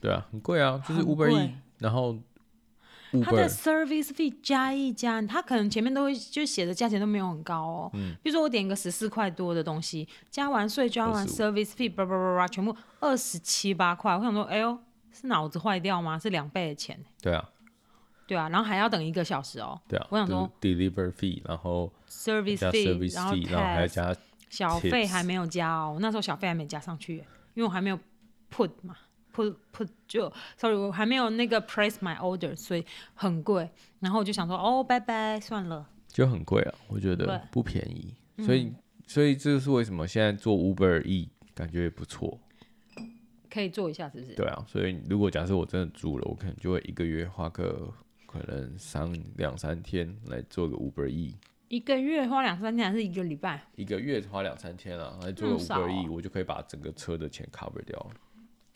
B: 对啊，很贵啊，就是
A: 很
B: Uber
A: 贵
B: E，然后
A: 它的
B: Uber
A: service fee 加一加，它可能前面都会就写的价钱都没有很高哦。
B: 嗯
A: 比如说我点一个十四块多的东西，加完税加完
B: 25
A: service fee，叭叭叭叭，全部二十七八块。我想说，哎呦，是脑子坏掉吗？是两倍的钱。
B: 对啊
A: 对啊，然后还要等一个小时哦。
B: 对啊，
A: 我想说
B: 就是 deliver fee，然后
A: service
B: 加
A: fee，
B: service
A: 然后
B: fee，然后还要
A: tax，
B: 加
A: 小费
B: tips
A: 还没有加哦，我那时候小费还没加上去耶，因为我还没有 put 嘛，put put 就 sorry，我还没有那个 place my order，所以很贵。然后我就想说，哦，拜拜，算了。
B: 就很贵啊，我觉
A: 对嗯
B: 得不便宜，所以所以这是为什么现在做 Uber E 感觉也不错，
A: 可以做一下，是不是？
B: 对啊，所以如果假设我真的住了，我可能就会一个月花个可能三两三天来做个 Uber E，
A: 一个月花两三天，还是一个礼拜？
B: 一个月花两三天啊，来做个
A: 那么少
B: Uber
A: 哦
B: E，我就可以把整个车的钱 cover 掉了，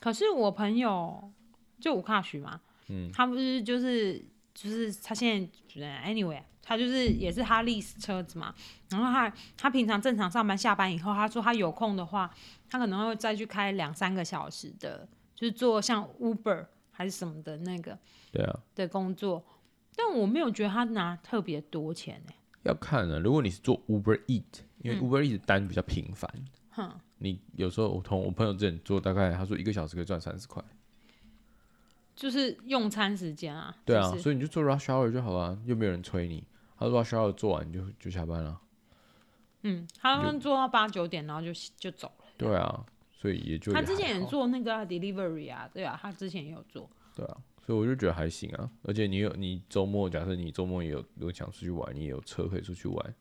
A: 可是我朋友就吴卡许嘛，嗯，他不是就是就是他现在呃 anyway，他就是也是哈利斯车子嘛，然后他他平常正常上班下班以后，他说他有空的话，他可能会再去开两三个小时的，就是做像 Uber 还是什么的那个
B: 对啊。
A: 的工作，但我没有觉得他拿特别多钱呢、
B: 要看啊，如果你是做 Uber Eat，因为 Uber Eat 的单比较频繁，
A: 嗯哼，
B: 你有时候我同我朋友之前做，大概他说一个小时可以赚三十块，
A: 就是用餐时间啊，
B: 对啊
A: 就，是
B: 所以你就做 rush hour 就好了，啊又没有人催你。他说 rush hour 做完你就就下班了，啊
A: 嗯，他们做到八九点，然后就就走了。
B: 对啊，所以也就
A: 他
B: 也
A: 之
B: 还
A: 前也
B: 好，
A: 做那个啊 delivery 啊，对啊，他之前也有做。
B: 对啊，所以我就觉得还行啊。而且你有你周末，假设你周末也有如果想出去玩，你也有车可以出去玩，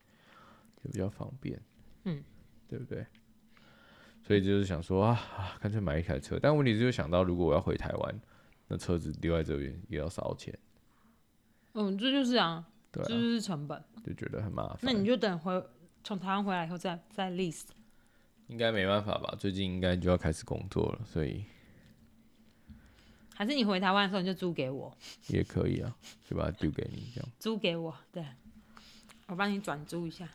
B: 就比较方便，
A: 嗯，
B: 对不对？所以就是想说啊，啊干脆买一台车，但问题是就想到如果我要回台湾，那车子留在这边也要烧钱，
A: 嗯，这就是啊，
B: 对
A: 这就
B: 啊，
A: 是成本。
B: 就觉得很麻烦。
A: 那你就等回从台湾回来以后再再 list。
B: 应该没办法吧？最近应该就要开始工作了，所以
A: 还是你回台湾的时候你就租给我，
B: 也可以啊，就把它丢给你这样。
A: 租给我，对，我帮你转租一下。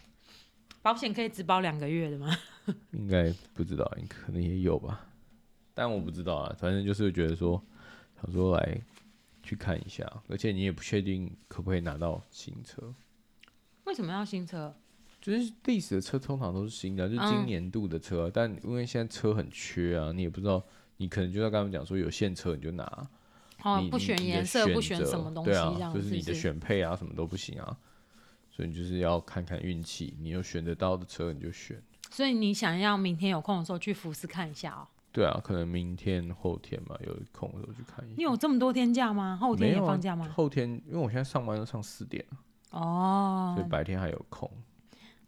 A: 保险可以只保两个月的吗？
B: 应该不知道，可能也有吧，但我不知道啊。反正就是觉得说，想说来去看一下，而且你也不确定可不可以拿到新车。
A: 为什么要新车？
B: 就是历史的车通常都是新的，啊
A: 嗯
B: 就是今年度的车啊、但因为现在车很缺啊，你也不知道，你可能就要跟他们讲说有现车你就拿，
A: 哦
B: 你，
A: 不
B: 你
A: 选
B: 你的
A: 颜色，不
B: 选
A: 选
B: 择
A: 什么东西，
B: 对
A: 这
B: 啊
A: 样
B: 就是你
A: 不
B: 的
A: 是？
B: 选配啊，什么都不行啊，所以你就是要看看运气，你有选得到的车你就选。
A: 所以你想要明天有空的时候去福斯看一下哦。
B: 对啊，可能明天后天吧，有空的时候去看一下。
A: 你有这么多天假吗？后天
B: 没
A: 也
B: 有啊
A: 放假吗？
B: 后天，因为我现在上班都上四点，所以
A: 哦
B: 白天还有空。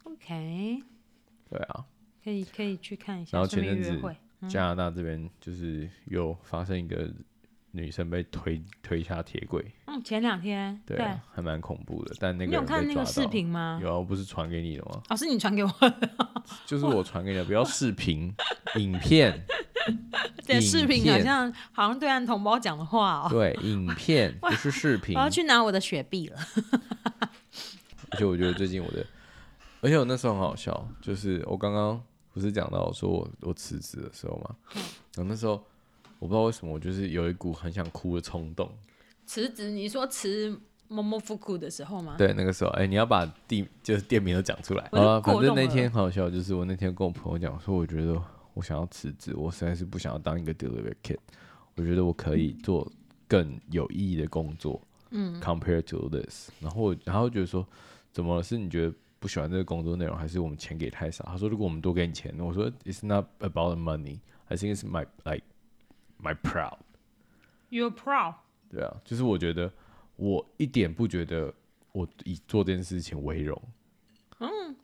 A: ，OK，
B: 对啊，
A: 可以可以去看一下，
B: 然后
A: 顺便
B: 前阵
A: 约
B: 子
A: 会。
B: 加拿大这边就是有发生一个女生被推推下铁轨，
A: 嗯，前两天
B: 对啊，还蛮恐怖的。但那
A: 你
B: 个
A: 有
B: 人
A: 看
B: 被
A: 那
B: 抓
A: 个
B: 到
A: 视频吗？
B: 有啊，我不是传给你的吗？
A: 哦，是你传给我
B: 就是我传给你的，不要视频、影片，
A: 的
B: 影
A: 视频，好
B: 片
A: 像好像对岸同胞讲的话哦。
B: 对，影片不是视频
A: 我。要去拿我的雪碧了。
B: 而且我觉得最近我的，而且我那时候很好笑，就是我刚刚不是讲到我说我我辞职的时候嘛，然后那时候我不知道为什么，我就是有一股很想哭的冲动。
A: 辞职，你说辞某某复古的时候吗？
B: 对，那个时候，哎、你要把地就是店名都讲出来。
A: 我就
B: 啊，反
A: 过
B: 正
A: 动
B: 那
A: 了
B: 天很好笑，就是我那天跟我朋友讲说，我觉得我想要辞职，我实在是不想要当一个 delivery kid，我觉得我可以做更有意义的工作。嗯，compared to this，然后我然后觉得说，怎么了？是你觉得不喜欢这个工作内容，还是我们钱给太少？他说，如果我们多给你钱，我说 it's not about the money，I think it's my like my proud。
A: ，You're proud。
B: 对啊，就是我觉得我一点不觉得我以做这件事情为荣，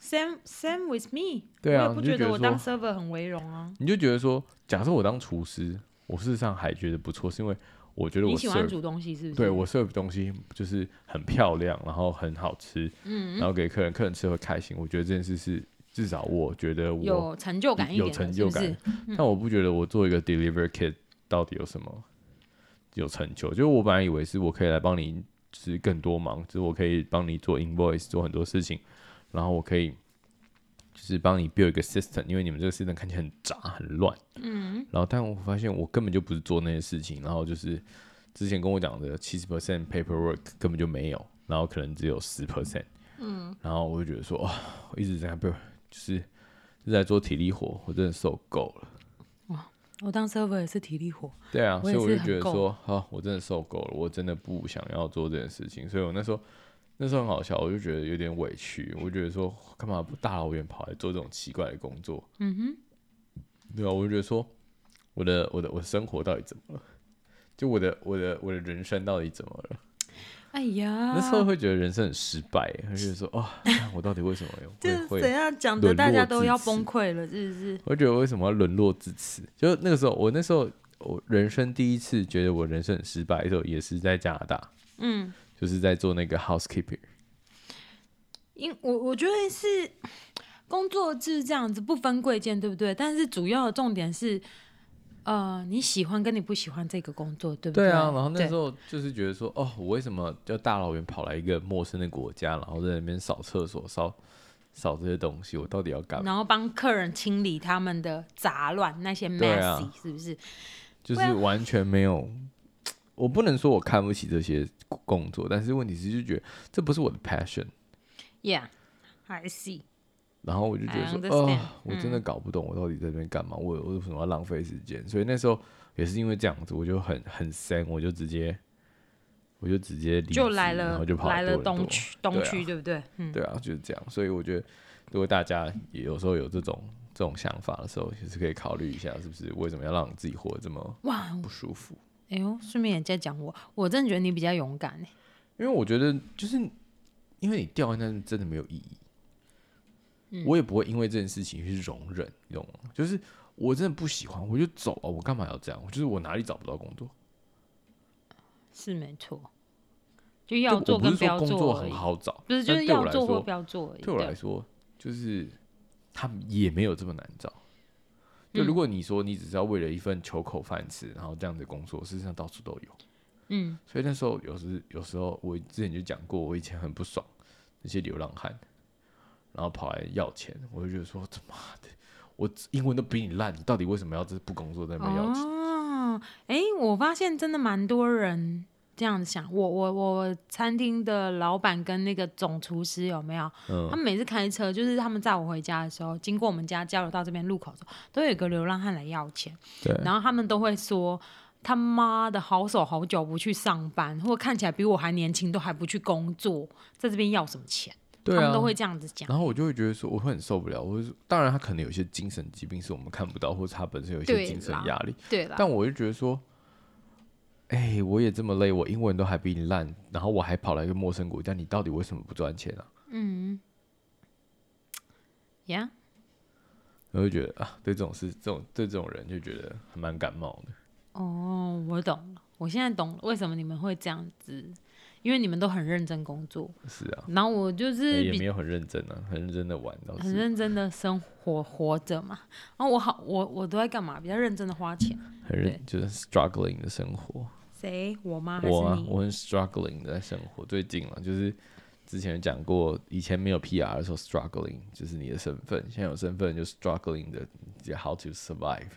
A: Same same with me。
B: 对啊
A: 我也不
B: 你就
A: 觉
B: 觉
A: 得
B: 得
A: 我当
B: 说
A: server 很为荣啊。
B: 你就觉得说，假设我当厨师，我事实上还觉得不错，是因为我觉得
A: 你
B: 我
A: 喜欢
B: serve
A: 煮东西是不是？
B: 对我 serve 东西就是很漂亮，然后很好吃，
A: 嗯
B: 然后给客人，客人吃会开心，我觉得这件事是至少我觉得我
A: 有成就感一点
B: 有
A: 的，
B: 成就感，
A: 是不是嗯
B: 但我不觉得我做一个 deliver kid 到底有什么有成就。就我本来以为是我可以来帮你，就是更多忙，就是我可以帮你做 invoice，做很多事情，然后我可以就是帮你 build 一个 system，因为你们这个 system 看起来很杂很乱，嗯，然后但我发现我根本就不是做那些事情，然后就是之前跟我讲的七十 percent paperwork 根本就没有，然后可能只有十 percent，嗯，然后我就觉得说，哇、我一直在被就是。是在做体力活，我真的受够了。
A: 我当 server 也是体力活，
B: 对啊，
A: 我
B: 所以
A: 也
B: 我
A: 是
B: 就
A: 很
B: 觉得
A: 够
B: 说，好、我真的受够了，我真的不想要做这件事情。所以我那时候那时候很好笑，我就觉得有点委屈，我觉得说，干嘛不大老远跑来做这种奇怪的工作？嗯哼，对啊，我就觉得说，我的我的我的生活到底怎么了？就我的我的我的人生到底怎么了？
A: 哎呀，
B: 那时候会觉得人生很失败，会觉得说，哦，看我到底为什么 有
A: 这
B: 会
A: 怎
B: 会？
A: 样讲
B: 沦
A: 的，
B: 落
A: 大家都
B: 至
A: 要
B: 此
A: 崩溃了，是不是？
B: 我就觉得为什么要沦落至此？就那个时候，我那时候我人生第一次觉得我人生很失败的时候，也是在加拿大。
A: 嗯，
B: 就是在做那个 housekeeper。
A: 因我我觉得是工作制这样子，不分贵贱，对不对？但是主要的重点是，呃，你喜欢跟你不喜欢这个工作，对不
B: 对
A: 对
B: 啊，然后那
A: 对
B: 时候就是觉得说，哦，我为什么要大老远跑来一个陌生的国家，然后在那边扫厕所、扫扫这些东西，我到底要干嘛？
A: 然后帮客人清理他们的杂乱，那些
B: 对啊
A: messy、是不是？
B: 就是完全没有，我不能说我看不起这些工作，但是问题是就觉得这不是我的 passion。
A: Yeah，I see。
B: 然后我就觉得
A: I
B: 说，
A: understand，
B: 啊，我
A: 嗯
B: 真的搞不懂我到底在这边干嘛，我我为什么要浪费时间？所以那时候也是因为这样子，我就很很 s 我就直接我就直接离
A: 就
B: 职
A: 来
B: 然
A: 了
B: 后就，跑
A: 来了
B: 多伦
A: 东
B: 多
A: 区，东
B: 对啊
A: 区对不对？嗯，
B: 对啊，就是这样。所以我觉得，如果大家也有时候有这种这种想法的时候，也是可以考虑一下，是不是为什么要让自己活得这么
A: 哇，
B: 不舒服？
A: 哎呦，顺便也在讲我，我真的觉得你比较勇敢哎。
B: 因为我觉得，就是因为你掉在那里真的没有意义。我也不会因为这件事情去容忍，你懂吗？就是我真的不喜欢，我就走啊！我干嘛要这样？就是我哪里找不到工作？
A: 是没错，就要
B: 就
A: 做
B: 我不
A: 跟
B: 是
A: 不
B: 说
A: 要
B: 工作
A: 做而
B: 很
A: 已，
B: 好找，
A: 不是就
B: 但
A: 是
B: 对我
A: 要
B: 来
A: 做或
B: 说
A: 不要做而已。
B: 对我来说，就是他们也没有这么难找。就
A: 嗯
B: 如果你说你只是要为了一份求口饭吃，然后这样的工作，事实上到处都有。
A: 嗯，
B: 所以那时候有时有时候我之前就讲过，我以前很不爽那些流浪汉，然后跑来要钱，我就觉得说他妈的，我英文都比你烂，你到底为什么要这不工作在那边要钱？
A: 哦，哎，我发现真的蛮多人这样子想。我我我餐厅的老板跟那个总厨师有没有？他
B: 嗯，
A: 们每次开车，就是他们载我回家的时候，经过我们家交流到这边路口的时候，都有一个流浪汉来要钱，
B: 对
A: 然后他们都会说。他妈的，好手好脚不去上班，或看起来比我还年轻，都还不去工作，在这边要什么钱？
B: 对
A: 他们
B: 啊
A: 都，会这样子讲。
B: 然后我就会觉得说，我会很受不了。我就当然他可能有一些精神疾病是我们看不到，或者他本身有一些
A: 对
B: 精神
A: 啦
B: 压力，
A: 对啦，
B: 但我就觉得说，哎、我也这么累，我英文都还比你烂，然后我还跑来一个陌生国家，你到底为什么不赚钱啊？
A: 呀，
B: 我就觉得啊，对这种事，这种对这种人就觉得还蛮感冒的。
A: 哦，我懂了，我现在懂了为什么你们会这样子，因为你们都很认真工作，
B: 是啊，
A: 然后我就是
B: 哎也
A: 嗯比
B: 没有很认真啊，很认真的玩倒
A: 很
B: 是，
A: 认真的生活活着嘛。然后我好，我我都在干嘛？比较认真的花钱。
B: 很认就是 struggling 的生活。
A: 谁？我吗？还是
B: 我啊，
A: 你？
B: 我很 struggling 的在生活。最近啊，就是之前有讲过，以前没有 PR 的时候 struggling 就是你的身份，现在有身份就 struggling 的就 how to survive。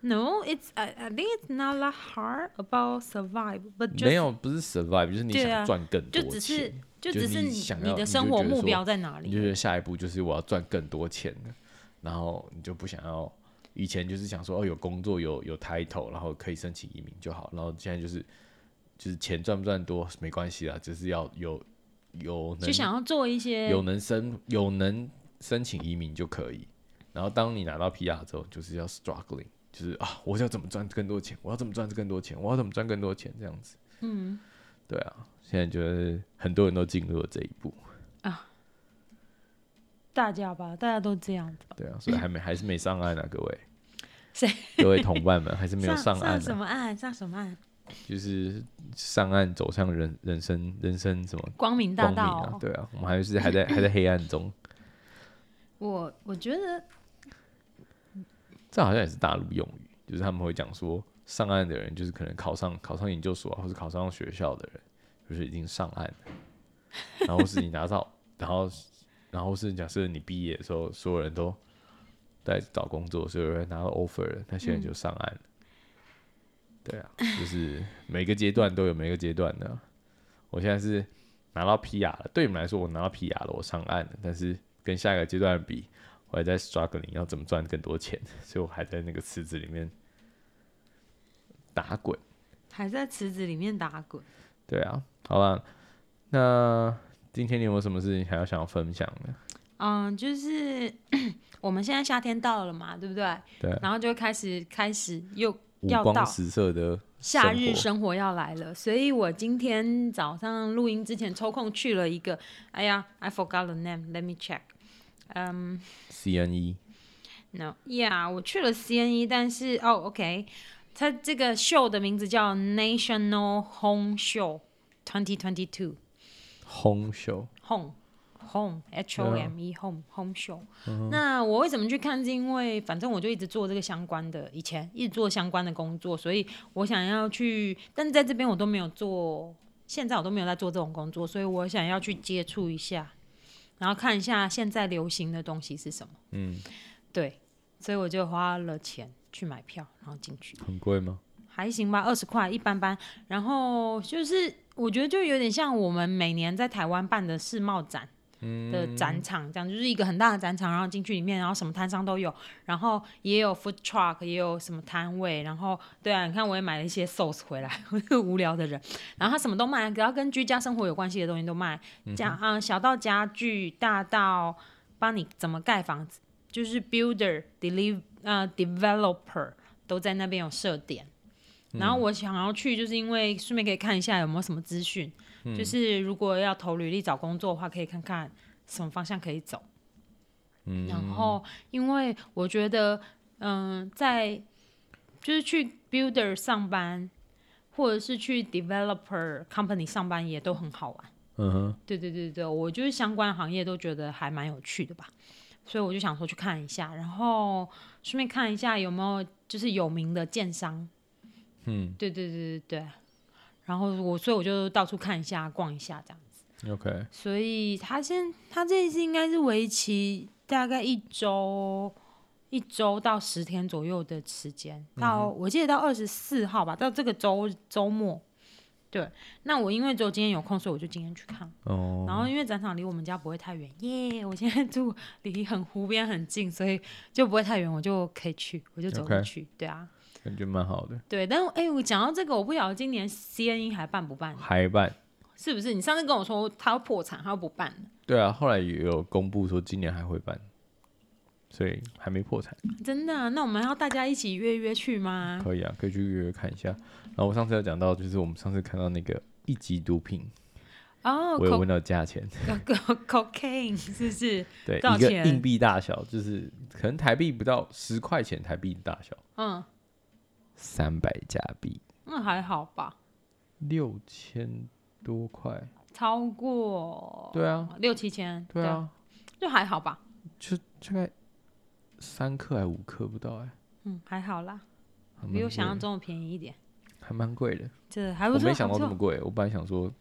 A: No, it's I, I think it's not that hard about survive, but just
B: 没有，不是 survive，就是你
A: 对啊
B: 想赚更多
A: 就
B: 钱，
A: 只是就
B: 就
A: 只
B: 是
A: 是
B: 你
A: 你
B: 想要
A: 你的
B: 你就
A: 生
B: 觉
A: 活
B: 得
A: 目
B: 说
A: 标在哪
B: 你就
A: 里？
B: 觉得下一步就是我要赚更多钱了然后你就不想要。以前就是想说，哦，有工作，有有 title，然后可以申请移民就好。然后现在就是，就是钱赚不赚多没关系啦，就是要有有能
A: 就想要做一些
B: 有能申有能申请移民就可以。然后当你拿到 PR 之后，就是要 struggling，就是啊，我要怎么赚更多钱？我要怎么赚更多钱？我要怎么赚更多钱？这样子。嗯，对啊，现在就是很多人都进入了这一步，
A: 大家吧，大家都这样子吧。
B: 对啊，所以还没还是没上岸啊，各 位
A: 谁，
B: 各位同伴们还是没有
A: 上
B: 岸、
A: 什
B: 啊，
A: 么岸？上什么岸？
B: 就是上岸走向人人生人生什么
A: 光明大
B: 光明
A: 道
B: 啊
A: 哦。，
B: 对啊，我们还是还在还在黑暗中，
A: 我我觉得
B: 这好像也是大陆用语，就是他们会讲说，上岸的人就是可能考上考上研究所啊，或是考上学校的人，就是已经上岸了。然后是你拿到，然后然后是假设你毕业的时候，所有人都在找工作，所有人拿到 offer 了，那些人就上岸了。对啊，就是每个阶段都有每个阶段的啊。我现在是拿到 PR 了，对你们来说，我拿到 PR 了，我上岸了，但是跟下一个阶段比，我还在 struggling 要怎么赚更多钱，所以我还在那个池子里面打滚。
A: 还在池子里面打滚。
B: 对啊，好吧，那今天你有没有什么事情还要想要分享的？
A: 嗯，就是 我们现在夏天到了嘛，对不对？
B: 对，
A: 然后就会开始开始又
B: 五
A: 要到
B: 光十色的
A: 夏
B: 生
A: 日
B: 活
A: 生活要来了，所以我今天早上录音之前抽空去了一个，哎呀，I forgot the name，let me check。嗯、
B: CNE，
A: n o yeah，我去了 CNE，但是哦，OK，它这个秀的名字叫 National Home Show 2022。
B: 轰秀
A: home home h o m e home home show、那我为什么去看？是因为反正我就一直做这个相关的，以前一直做相关的工作，所以我想要去，但是在这边我都没有做，现在我都没有在做这种工作，所以我想要去接触一下，然后看一下现在流行的东西是什么。嗯，对，所以我就花了钱去买票，然后进去。
B: 很贵吗？
A: 还行吧，二十块一般般。然后就是我觉得就有点像我们每年在台湾办的世贸展的
B: 嗯
A: 展场这样，就是一个很大的展场，然后进去里面，然后什么摊商都有，然后也有 food truck，也有什么摊位，然后对啊，你看我也买了一些 sauce 回来，我是个无聊的人。然后他什么都卖，只要跟居家生活有关系的东西都卖，家啊、呃小到家具，大到帮你怎么盖房子，就是 builder、deliv 呃 developer 都在那边有设点。然后我想要去，就是因为顺便可以看一下有没有什么资讯，就是如果要投履历找工作的话，可以看看什么方向可以走。嗯，然后因为我觉得，嗯、在就是去 builder 上班，或者是去 developer company 上班也都很好玩。
B: 嗯哼，
A: 对对对对，我就是相关行业都觉得还蛮有趣的吧，所以我就想说去看一下，然后顺便看一下有没有就是有名的建商。嗯，对对对对对。然后我所以我就到处看一下逛一下这样。
B: ，OK，
A: 所以他先，他这一次应该是为期大概一周，一周到十天左右的时间，到、我记得到二十四号吧，到这个周周末。对，那我因为只有今天有空，所以我就今天去看。
B: 哦，
A: 然后因为展场离我们家不会太远，耶、我现在住离很湖边很近，所以就不会太远，我就可以去，我就走
B: OK
A: 路去。对啊，
B: 感觉蛮好的。
A: 对。但哎、我讲到这个，我不晓得今年 C N E 还办不办？
B: 海办
A: 是不是？你上次跟我说他要破产，他要不办了
B: 对啊，后来也有公布说今年还会办，所以还没破产，
A: 真的啊、那我们要大家一起约一约去吗？
B: 可以啊，可以去约约看一下。然后我上次有讲到，就是我们上次看到那个一级毒品，
A: 哦、
B: 我有
A: co
B: 问到价钱，
A: co cocaine 是不是？
B: 对，
A: 多少
B: 一个
A: 钱
B: 硬币大小，就是可能台币不到十块钱台币大小，
A: 嗯，
B: 三百加币
A: 那还好吧，
B: 六千多块，
A: 超过
B: 对啊，
A: 六七千，
B: 对啊，
A: 就还好吧，
B: 就大概三克还五克不到哎、
A: 嗯，还好啦，
B: 还蛮
A: 比我想
B: 贵
A: 象
B: 的
A: 中的便宜一点，
B: 还蛮贵的，
A: 这还
B: 我
A: 不错，
B: 没想到
A: 还
B: 这
A: 不
B: 么
A: 错。
B: 贵，我本来想说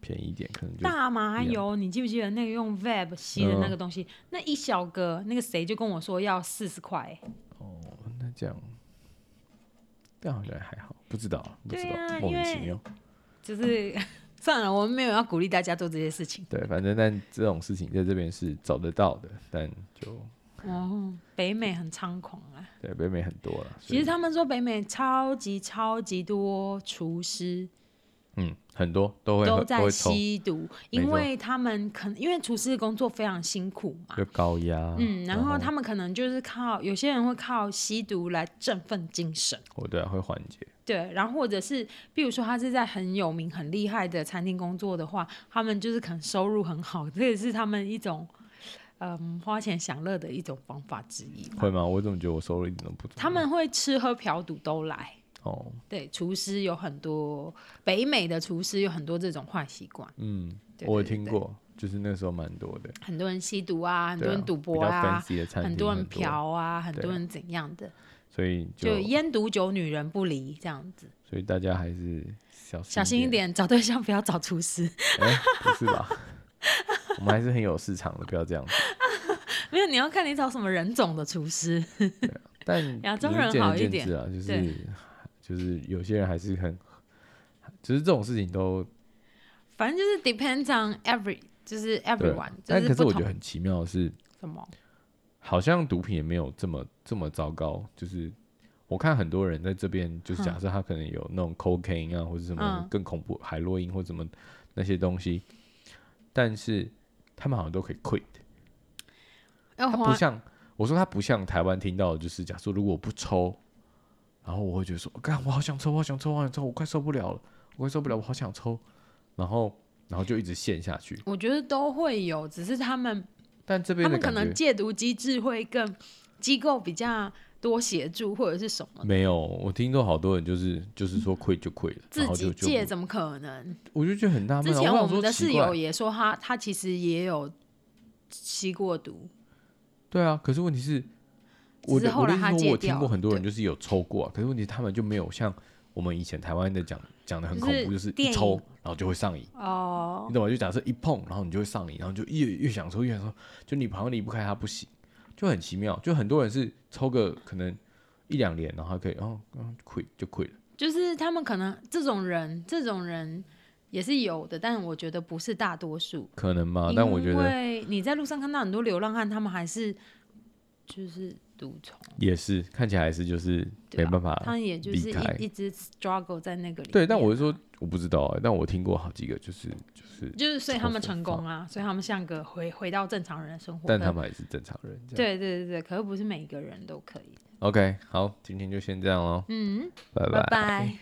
B: 便宜一点，可能就
A: 大麻
B: 一样
A: 油，你记不记得那个用 Vab 吸的那
B: 嗯
A: 个东西？那一小格，那个谁就跟我说要四十块欸、
B: 哦那这样，但好像还好，不知道，不知
A: 对
B: 道，
A: 啊
B: 莫名
A: 因
B: 其
A: 为
B: 妙。
A: 就是 算了，我们没有要鼓励大家做这些事情。
B: 对，反正但这种事情在这边是找得到的，但就
A: 哦，北美很猖狂啊！
B: 对北美很多了。所
A: 其
B: 以
A: 实他们说北美超级超级多厨师
B: 嗯，很多都会
A: 都
B: 喝
A: 在
B: 会抽，
A: 吸毒，
B: 没
A: 因
B: 错
A: 为他们可能因为厨师的工作非常辛苦嘛。
B: 就高压。
A: 嗯，然
B: 啊然
A: 后他们可能就是靠有些人会靠吸毒来振奋精神，
B: 哦对啊，会缓解。
A: 对，然后或者是比如说他是在很有名很厉害的餐厅工作的话，他们就是可能收入很好，这也是他们一种嗯花钱享乐的一种方法之一。
B: 会吗？我怎么觉得我收入一点都不足？
A: 他们会吃喝嫖赌都来。
B: 哦，
A: 对，厨师有很多，北美的厨师有很多这种坏习惯，
B: 嗯，
A: 对
B: 我有
A: 对
B: 听
A: 对
B: 过，就是那时候蛮多的，
A: 很多人吸毒啊，很
B: 对
A: 多
B: 啊
A: 人赌博
B: 比较
A: 啊，
B: fancy 的餐厅
A: 很
B: 很
A: 多人，嫖啊，很
B: 对啊
A: 多人怎样的，
B: 所以
A: 就
B: 就
A: 烟毒酒女人不离这样子，
B: 所以大家还是小
A: 小心一。点，找对象不要找厨师。
B: 哎，不是吧？我们还是很有市场的，不要这样子。
A: 没有，你要看你找什么人种的厨师。
B: 但
A: 亚洲
B: 就是
A: 人
B: 见仁
A: 好一
B: 见
A: 点
B: 智啊，就是
A: 对
B: 就是有些人还是很，就是这种事情都
A: 反正就是 depends on every，就是 everyone，就
B: 啊但可是
A: 不
B: 我觉
A: 同
B: 得很奇妙的是，
A: 什么，
B: 好像毒品也没有这么这么糟糕。就是我看很多人在这边，就是假设他可能有那种 cocaine 啊，或者什么
A: 嗯
B: 更恐怖海洛因或什么那些东西，但是他们好像都可以 quit。
A: 要
B: 它不
A: 花
B: 像我说它不像台湾听到的，就是假设如果我不抽，然后我会觉得说，干，我好想抽，我好想抽，我好想抽，我快受不了了，我快受不了，我好想抽，然后然后就一直陷下去。
A: 我觉得都会有，只是他们
B: 但这
A: 他
B: 边的
A: 们可
B: 感
A: 能
B: 觉
A: 戒毒机制会更机构比较多协助或者是什么，
B: 没有，我听说好多人就是就是说亏就亏了，然
A: 嗯自
B: 后
A: 己
B: 就就
A: 戒怎么可能？
B: 我就觉得很纳
A: 之
B: 闷啊。
A: 前
B: 我
A: 我
B: 想
A: 们
B: 说
A: 的
B: 奇
A: 室
B: 怪
A: 友也说他他其实也有吸过毒，
B: 对啊，可是问题是，我
A: 只是
B: 的
A: 后
B: 我的
A: 来
B: 意思
A: 他
B: 是说
A: 戒
B: 我听
A: 掉
B: 过
A: 了
B: 很多人
A: 对
B: 就是有抽过、啊，可是问题他们就没有像我们以前台湾的讲讲的很
A: 就
B: 恐
A: 是
B: 怖，就是一
A: 电
B: 抽
A: 影
B: 然后就会上瘾。
A: 哦，
B: 你懂吗？就假设一碰，然后你就会上瘾，然后就越越想抽，越想抽，就你好像离不开它不行，就很奇妙。就很多人是抽个可能一两年，然后还可以，哦，嗯，quit 就 quit 了。
A: 就是他们可能这种人，这种人也是有的，但我觉得不是大多数。
B: 可能吧，
A: 因
B: 啊但我觉得
A: 为你在路上看到很多流浪汉，他们还是就是毒虫，
B: 也是，看起来还是就是没
A: 对吧
B: 办法。
A: 他们也就
B: 离
A: 是
B: 开
A: 一一直 struggle 在那个里面。
B: 对，但我是说，我不知道、欸，但我听过好几个，就是就是，
A: 啊就是所以他们
B: 超
A: 成
B: 疯
A: 功啊，所以他们像个回回到正常人的生活。
B: 但他们还是正常人。这
A: 对
B: 样
A: 对对对，可是不是每一个人都可以。
B: OK，好，今天就先这样喽，
A: 嗯，
B: 拜
A: 拜拜